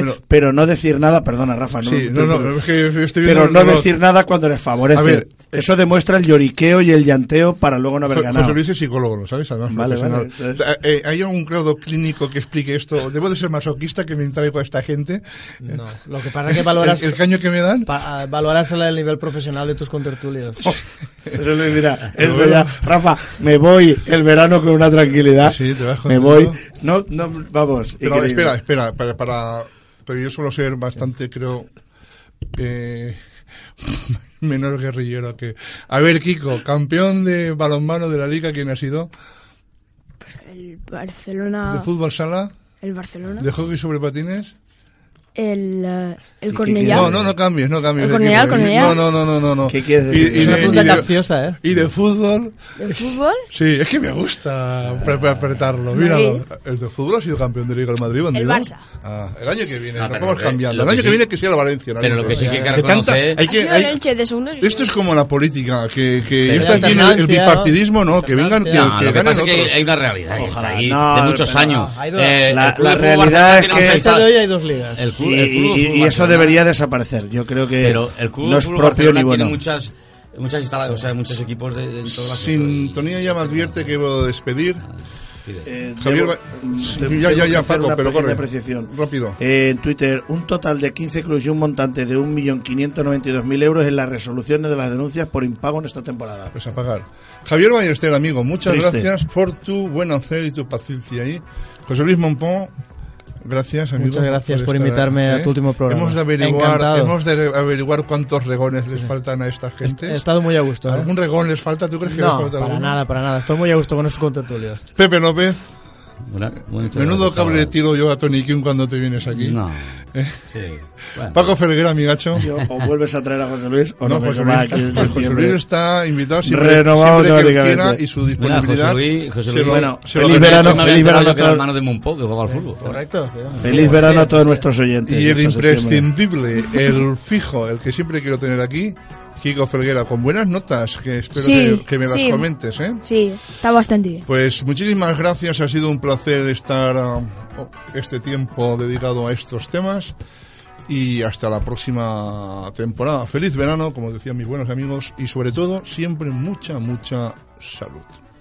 eh, Pero-
pero, no decir nada. Perdona, Rafa. No,
Sí, no, no, es que estoy viendo
pero
el
no
reloj.
decir nada cuando les favorece.
A ver, eh,
Eso demuestra el lloriqueo y el llanteo para luego no haber
Jo-
ganado.
José Luis es psicólogo, ¿lo sabes? Además,
Vale,
profesional.
vale, entonces-
Eh, eh, ¿Hay algún grado clínico que explique esto? ¿Debo de ser masoquista que me con esta gente?
No, lo que pasa es que
¿El,
valoras,
el caño que me dan?
pa- ah, valoras el nivel profesional de tus contertulios.
Oh,
Eso le dirá, esto ya, Rafa, me voy el verano con una tranquilidad.
Sí, te vas con
me
todo.
voy. No, no, vamos.
Pero
increíble.
espera, espera, para, para- pero yo suelo ser bastante, creo, eh, menos guerrillero que... A ver, Kiko, campeón de balonmano de la liga, ¿quién ha sido? ¿De
El Barcelona.
fútbol sala?
El Barcelona.
¿De hockey sobre patines?
El, eh, el
qué- Ya.
Cornellá.
No, no, no cambies, no cambies.
El
de
Cornellá,
equipo.
el
No,
Cornellá.
no, no, no, no, no.
¿Qué quieres
Y-
decir?
y
Es una
de-
fruta
y de-
capciosa, ¿eh?
Y de fútbol...
¿El fútbol?
Sí, es que me gusta apre-
Ah.
apre- apretarlo. Míralo. El de fútbol ha sido campeón de Liga el Madrid, bandido.
El Barça.
Ah, el año que viene.
Ah,
no
pero
podemos
lo que-
cambiarlo.
lo
El
que
año que
sí-
viene que sea la Valencia. la
pero lo
Valencia.
que ¿eh? sí que hay que
tanta-
reconocer-
hay
Ha
que-
sido
hay-
el Elche de segunda división.
esto es como la política, que, que
Pero
está
hay
aquí el, el
alternancia, ¿no?
bipartidismo, ¿no? Que vengan, que,
Alternancia.
No,
que
lo que
ganen
pasa es que
otros.
hay una realidad es
Ojalá.
ahí,
No,
de muchos
pero
años.
no, hay dos-
Eh, el
la-
Club
la
de Fútbol
realidad
Barcelona
es que-
tiene
A fecha
autorizadas-
de hoy hay dos ligas.
el
Y,
club- el Club
y- y
Fútbol
eso
Barcelona-
debería desaparecer. Yo creo que
Pero el club
Eh, no es
Fútbol
propio
Barcelona
ni bueno.
tiene muchas muchas instala- o sea, muchos equipos de, de en todas las
Sintonía ya me advierte que debo de despedir.
Eh,
Javier,
debo-
va-
mm,
Sí,
tengo
ya, ya,
que
ya,
hacer
Paco,
una
pero
pequeña
corre.
apreciación.
Rápido.
Eh, en Twitter, un total de 15 clubes y un montante de 1.592.000 euros en las resoluciones de las denuncias por impago en esta temporada.
Pues apagar. Javier Ballester, amigo, muchas
Triste.
gracias por tu buen hacer y tu paciencia ahí. José Luis Mompón, gracias, amigo.
Muchas gracias por
estar ¿eh?
invitarme a tu último programa.
Hemos de averiguar,
Encantado.
hemos de averiguar cuántos regones les faltan a esta
He
gente.
estado muy a gusto. ¿eh?
¿Algún regón les falta? ¿Tú crees que les
No,
falta
para
alguno?
nada, para nada. Estoy muy a gusto con esos contertulios.
Pepe López,
Bueno, muchas
menudo
gracias,
cable
chaval.
tiro yo a Tony Kim cuando te vienes aquí. Eh,
No. Sí. Bueno.
Paco Ferguera, mi gacho.
Yo, o vuelves a traer a José Luis o no, me
José
va
Luis,
aquí en
pues José
septiembre.
Luis está invitado siempre,
Renovado
siempre que
teóricamente.
quiera y su
Bueno,
disponibilidad.
José Luis, José
se
Luis,
lo-
bueno,
se lo
feliz
agradezco.
verano,
Yo
feliz
me había enterado
verano
que
a
era
todos.
hermano de Monpó, que jugaba al fútbol.
Correcto. sí.
Feliz verano a todos nuestros oyentes.
Y el
hasta septiembre.
imprescindible, el fijo, el que siempre quiero tener aquí, Kiko Felguera, con buenas notas, que espero
Sí,
que, que me las
sí.
comentes, ¿eh?
Sí, está bastante bien.
Pues muchísimas gracias, ha sido un placer estar um, este tiempo dedicado a estos temas y hasta la próxima temporada. Feliz verano, como decían mis buenos amigos, y sobre todo, siempre mucha, mucha salud.